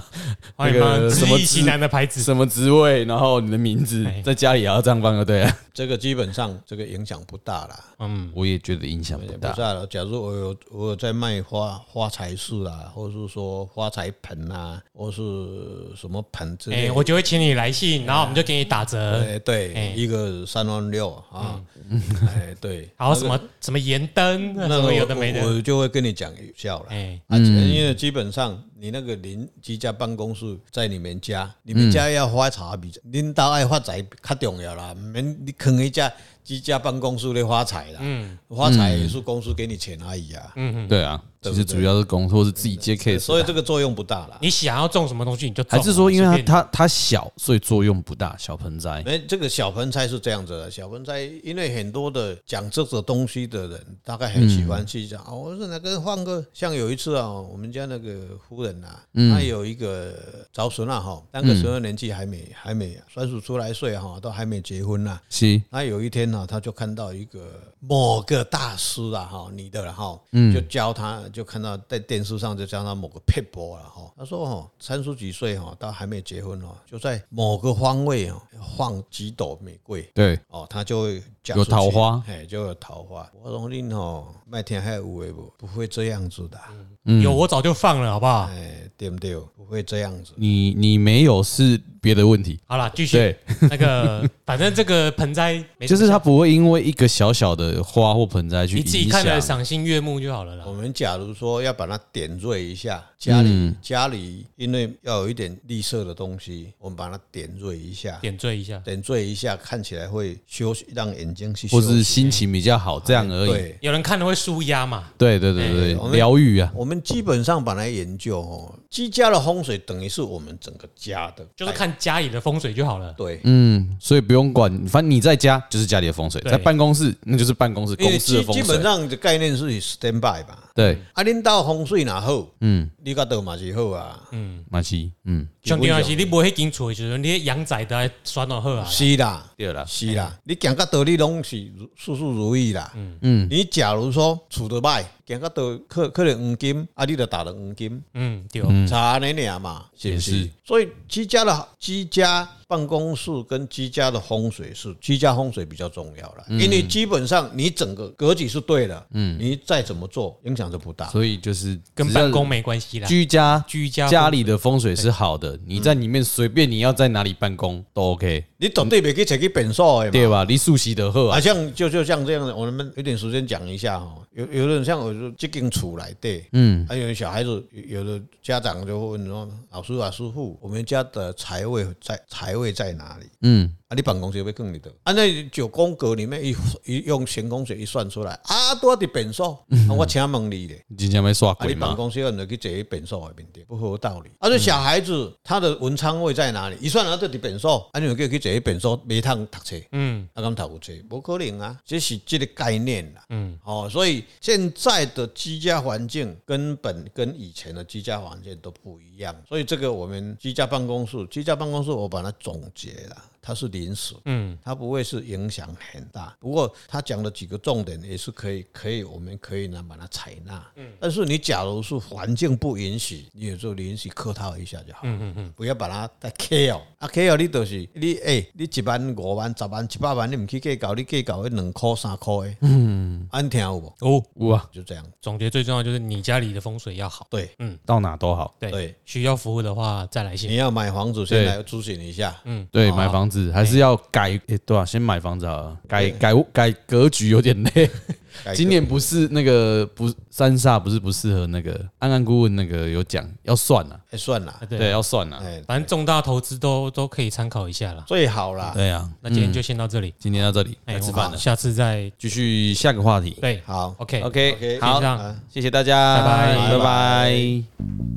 [SPEAKER 1] 那
[SPEAKER 2] 哎呀妈
[SPEAKER 1] 个
[SPEAKER 2] 知
[SPEAKER 1] 什么
[SPEAKER 2] 易其
[SPEAKER 1] 知
[SPEAKER 2] 难的 牌子，
[SPEAKER 1] 什么职位，然后你的名字
[SPEAKER 2] 哎，
[SPEAKER 1] 在家里也要这样放就对了。
[SPEAKER 3] 这个基本上这个影响不大啦，
[SPEAKER 2] 嗯，
[SPEAKER 1] 我也觉得影响
[SPEAKER 3] 也
[SPEAKER 1] 不
[SPEAKER 3] 不
[SPEAKER 1] 大。
[SPEAKER 3] 大了。假如我有我有在卖花花材树啦，或者是说花材盆啊，或是什么盆之
[SPEAKER 2] 哎、
[SPEAKER 3] 类的。
[SPEAKER 2] 我就会请你来信，然后我们就给你打折，
[SPEAKER 3] 哎，
[SPEAKER 2] 哎
[SPEAKER 3] 对，一个三万六啊，
[SPEAKER 1] 嗯
[SPEAKER 3] 哎，对，
[SPEAKER 2] 然后什么什么盐灯，什
[SPEAKER 3] 那个
[SPEAKER 2] 么
[SPEAKER 3] 我
[SPEAKER 2] 有的没的，
[SPEAKER 3] 我就会跟你讲有效了
[SPEAKER 2] 哎、。
[SPEAKER 3] 啊，因为基本上你那个邻居家办公室在你们家，你们家要发财比领导爱发财较重要啦，免你坑一家居家办公室咧发财啦，
[SPEAKER 2] 嗯
[SPEAKER 3] 发财也是公司给你钱而已啊，
[SPEAKER 1] 对啊，其实主要是工作是自己接 case，啊
[SPEAKER 3] 所以这个作用不大啦。
[SPEAKER 2] 你想要种什么东西你就种，
[SPEAKER 1] 还是说因为
[SPEAKER 2] 随便
[SPEAKER 1] 它它它小，所以作用不大，小盆栽。
[SPEAKER 3] 哎，这个小盆栽是这样子的，小盆栽因为很多的讲这个东西的人，大概很喜欢去讲、哦，我是哪个换个，像有一次啊、我们家那个夫人啊，她有一个早熟啊哈，那个时候年纪还没还没三十出来岁哈、都还没结婚呐、
[SPEAKER 1] 是，
[SPEAKER 3] 那有一天呢、他就看到一个某个大师啊，哈，你的了哈，
[SPEAKER 1] 嗯
[SPEAKER 3] 就教他，就看到在电视上就教他某个配博了哈。他说哦，三十几岁哈，到还没结婚哦，就在某个方位哦放几朵玫瑰
[SPEAKER 1] 对，
[SPEAKER 3] 哦，他就会嫁
[SPEAKER 1] 有
[SPEAKER 3] 出去
[SPEAKER 1] 桃花
[SPEAKER 3] 哎，就有桃花。我说你哦，麦田还有为不不会这样子的，
[SPEAKER 1] 啊嗯
[SPEAKER 2] 有我早就放了，好不好？
[SPEAKER 3] 哎，对不对？不会这样子。
[SPEAKER 1] 你你没有是别的问题，
[SPEAKER 2] 好啦，继续
[SPEAKER 1] 对，
[SPEAKER 2] 那个，反正这个盆栽没什
[SPEAKER 1] 就
[SPEAKER 2] 么
[SPEAKER 1] 是它不会因为一个小小的花或盆栽去
[SPEAKER 2] 你自己
[SPEAKER 1] 影
[SPEAKER 2] 看了
[SPEAKER 1] 响。
[SPEAKER 2] 赏心悦目就好了啦
[SPEAKER 3] 我。们假如说要把它点缀一下，家里、
[SPEAKER 1] 嗯
[SPEAKER 3] 家里因为要有一点绿色的东西，我们把它点缀一下，
[SPEAKER 2] 点缀一下，
[SPEAKER 3] 点缀一下，看起来会休息，让眼睛去
[SPEAKER 1] 或
[SPEAKER 3] 休
[SPEAKER 1] 是
[SPEAKER 3] 息。
[SPEAKER 1] 心情比较好，这样而已。
[SPEAKER 3] 对，
[SPEAKER 2] 有人看了会舒压嘛？
[SPEAKER 1] 哎对对对
[SPEAKER 3] 我
[SPEAKER 1] 对，
[SPEAKER 3] 们
[SPEAKER 1] 疗愈啊，
[SPEAKER 3] 我们基本上把它研究哦，居家的风水等于是我们整个家的，
[SPEAKER 1] 哎
[SPEAKER 2] 就是看家里的风水就好了。
[SPEAKER 3] 对。
[SPEAKER 1] 嗯，所以不用管，反正你在家就是家里的风水，
[SPEAKER 2] 对
[SPEAKER 1] 在办公室那就是办公室
[SPEAKER 3] 因为
[SPEAKER 1] 公司
[SPEAKER 3] 基
[SPEAKER 1] 的风
[SPEAKER 3] 基本
[SPEAKER 1] 水。
[SPEAKER 3] 上的概念是 stand by 吧，
[SPEAKER 1] 对，
[SPEAKER 3] 啊，恁到风水哪好，
[SPEAKER 1] 嗯，
[SPEAKER 3] 你甲倒嘛是好啊，
[SPEAKER 1] 马西，嗯，
[SPEAKER 2] 重要的是你不会进厝的时候，哎你的阳宅都要选好好啊。
[SPEAKER 3] 是啦，
[SPEAKER 1] 对了，
[SPEAKER 3] 是啦，你行到道理拢是如事事如意啦。嗯
[SPEAKER 1] 嗯
[SPEAKER 3] 嗯，你假如说处得歹，行到道可可能黄金，啊，你就打了黄金，
[SPEAKER 2] 嗯，对，
[SPEAKER 3] 查你俩嘛，是不
[SPEAKER 1] 也
[SPEAKER 3] 是
[SPEAKER 1] 是？
[SPEAKER 3] 所以居家的居家办公室跟居家的风水是居家风水比较重要了，因为基本上你整个格局是对的，嗯，你再怎么做影响就不大。
[SPEAKER 1] 所以就是
[SPEAKER 2] 跟办公没关系啦。
[SPEAKER 1] 居家
[SPEAKER 2] 居家
[SPEAKER 1] 家里的风水是好的，你在里面随便你要在哪里办公都 OK，
[SPEAKER 3] 你绝对别去找去变数的嘛。
[SPEAKER 1] 对吧？你熟悉的好
[SPEAKER 3] 啊，
[SPEAKER 1] 啊，
[SPEAKER 3] 像就就像这样的，我们有点时间讲一下哈。有有的人像我就这间厝来对，嗯，还、有小孩子，有有的家长就会问说，老师啊，师傅，我们家的财位在财位在哪里？
[SPEAKER 1] 嗯，
[SPEAKER 3] 啊，你办公室要更你的啊，那九宫格里面一一用乾宫水一算出来啊，多的本数，啊我请问你咧。
[SPEAKER 1] 你今天没耍
[SPEAKER 3] 啊！
[SPEAKER 1] 鬼
[SPEAKER 3] 你办
[SPEAKER 1] 吗？
[SPEAKER 3] 公室要你去坐一本数的面顶，不合道理。啊，这小孩子他的文昌位在哪里？一算啊，这伫本数，啊，你有叫他去坐一本数，没通读册。
[SPEAKER 2] 嗯，
[SPEAKER 3] 啊，敢读有册，无可能啊，这是这个概念啦。
[SPEAKER 2] 嗯
[SPEAKER 3] 嗯，哦，所以现在的居家环境根本跟以前的居家环境都不一样，所以这个我们居家办公室，居家办公室我把它总结了，它是临时，嗯，它不会是影响很大。不过他讲的几个重点也是可以，可以，我们可以呢把它采纳。嗯，但是你假如是环境不允许，你也就允许客套一下就好。嗯嗯嗯，不要把它再 K 哦，啊 K 哦，你就是你哎、你一万、五万、十万、一百万，你唔去计较，你计较迄两块、三块的，嗯，安听有无？
[SPEAKER 2] 哦，
[SPEAKER 1] 有啊，
[SPEAKER 3] 就这样，
[SPEAKER 2] 总结最重要就是你家里的风水要好。
[SPEAKER 3] 对。
[SPEAKER 1] 到哪都好。
[SPEAKER 2] 对
[SPEAKER 3] 对，
[SPEAKER 2] 需要服务的话再来信
[SPEAKER 3] 你。要买房子，先
[SPEAKER 1] 对嗯
[SPEAKER 3] 来咨询一下。
[SPEAKER 1] 对，
[SPEAKER 2] 哦
[SPEAKER 1] 买房子还是要改，诶对啊，先买房子好了，改改改格局有点累。
[SPEAKER 3] 改 革
[SPEAKER 1] 今年不是那个不三煞不是不适合那个安安顾问那个有讲要算啊，
[SPEAKER 3] 哎算了，
[SPEAKER 2] 对
[SPEAKER 1] 对，要算啊，
[SPEAKER 3] 哎，
[SPEAKER 2] 反正重大投资都都可以参考一下啦。
[SPEAKER 3] 最好啦。
[SPEAKER 1] 对啊。
[SPEAKER 2] 那今天就先到这里，
[SPEAKER 1] 今天到这里，
[SPEAKER 2] 哎，
[SPEAKER 1] 来
[SPEAKER 2] 我
[SPEAKER 1] 吃饭啊
[SPEAKER 2] 们
[SPEAKER 1] 了，
[SPEAKER 2] 下次再
[SPEAKER 1] 继续下个话题。
[SPEAKER 2] 对
[SPEAKER 3] 好
[SPEAKER 2] ，OK
[SPEAKER 1] OK，
[SPEAKER 3] OK，
[SPEAKER 1] 好
[SPEAKER 2] 这，样
[SPEAKER 3] 啊
[SPEAKER 1] 谢谢大家，
[SPEAKER 2] 拜拜
[SPEAKER 1] 拜
[SPEAKER 3] 拜
[SPEAKER 1] 拜。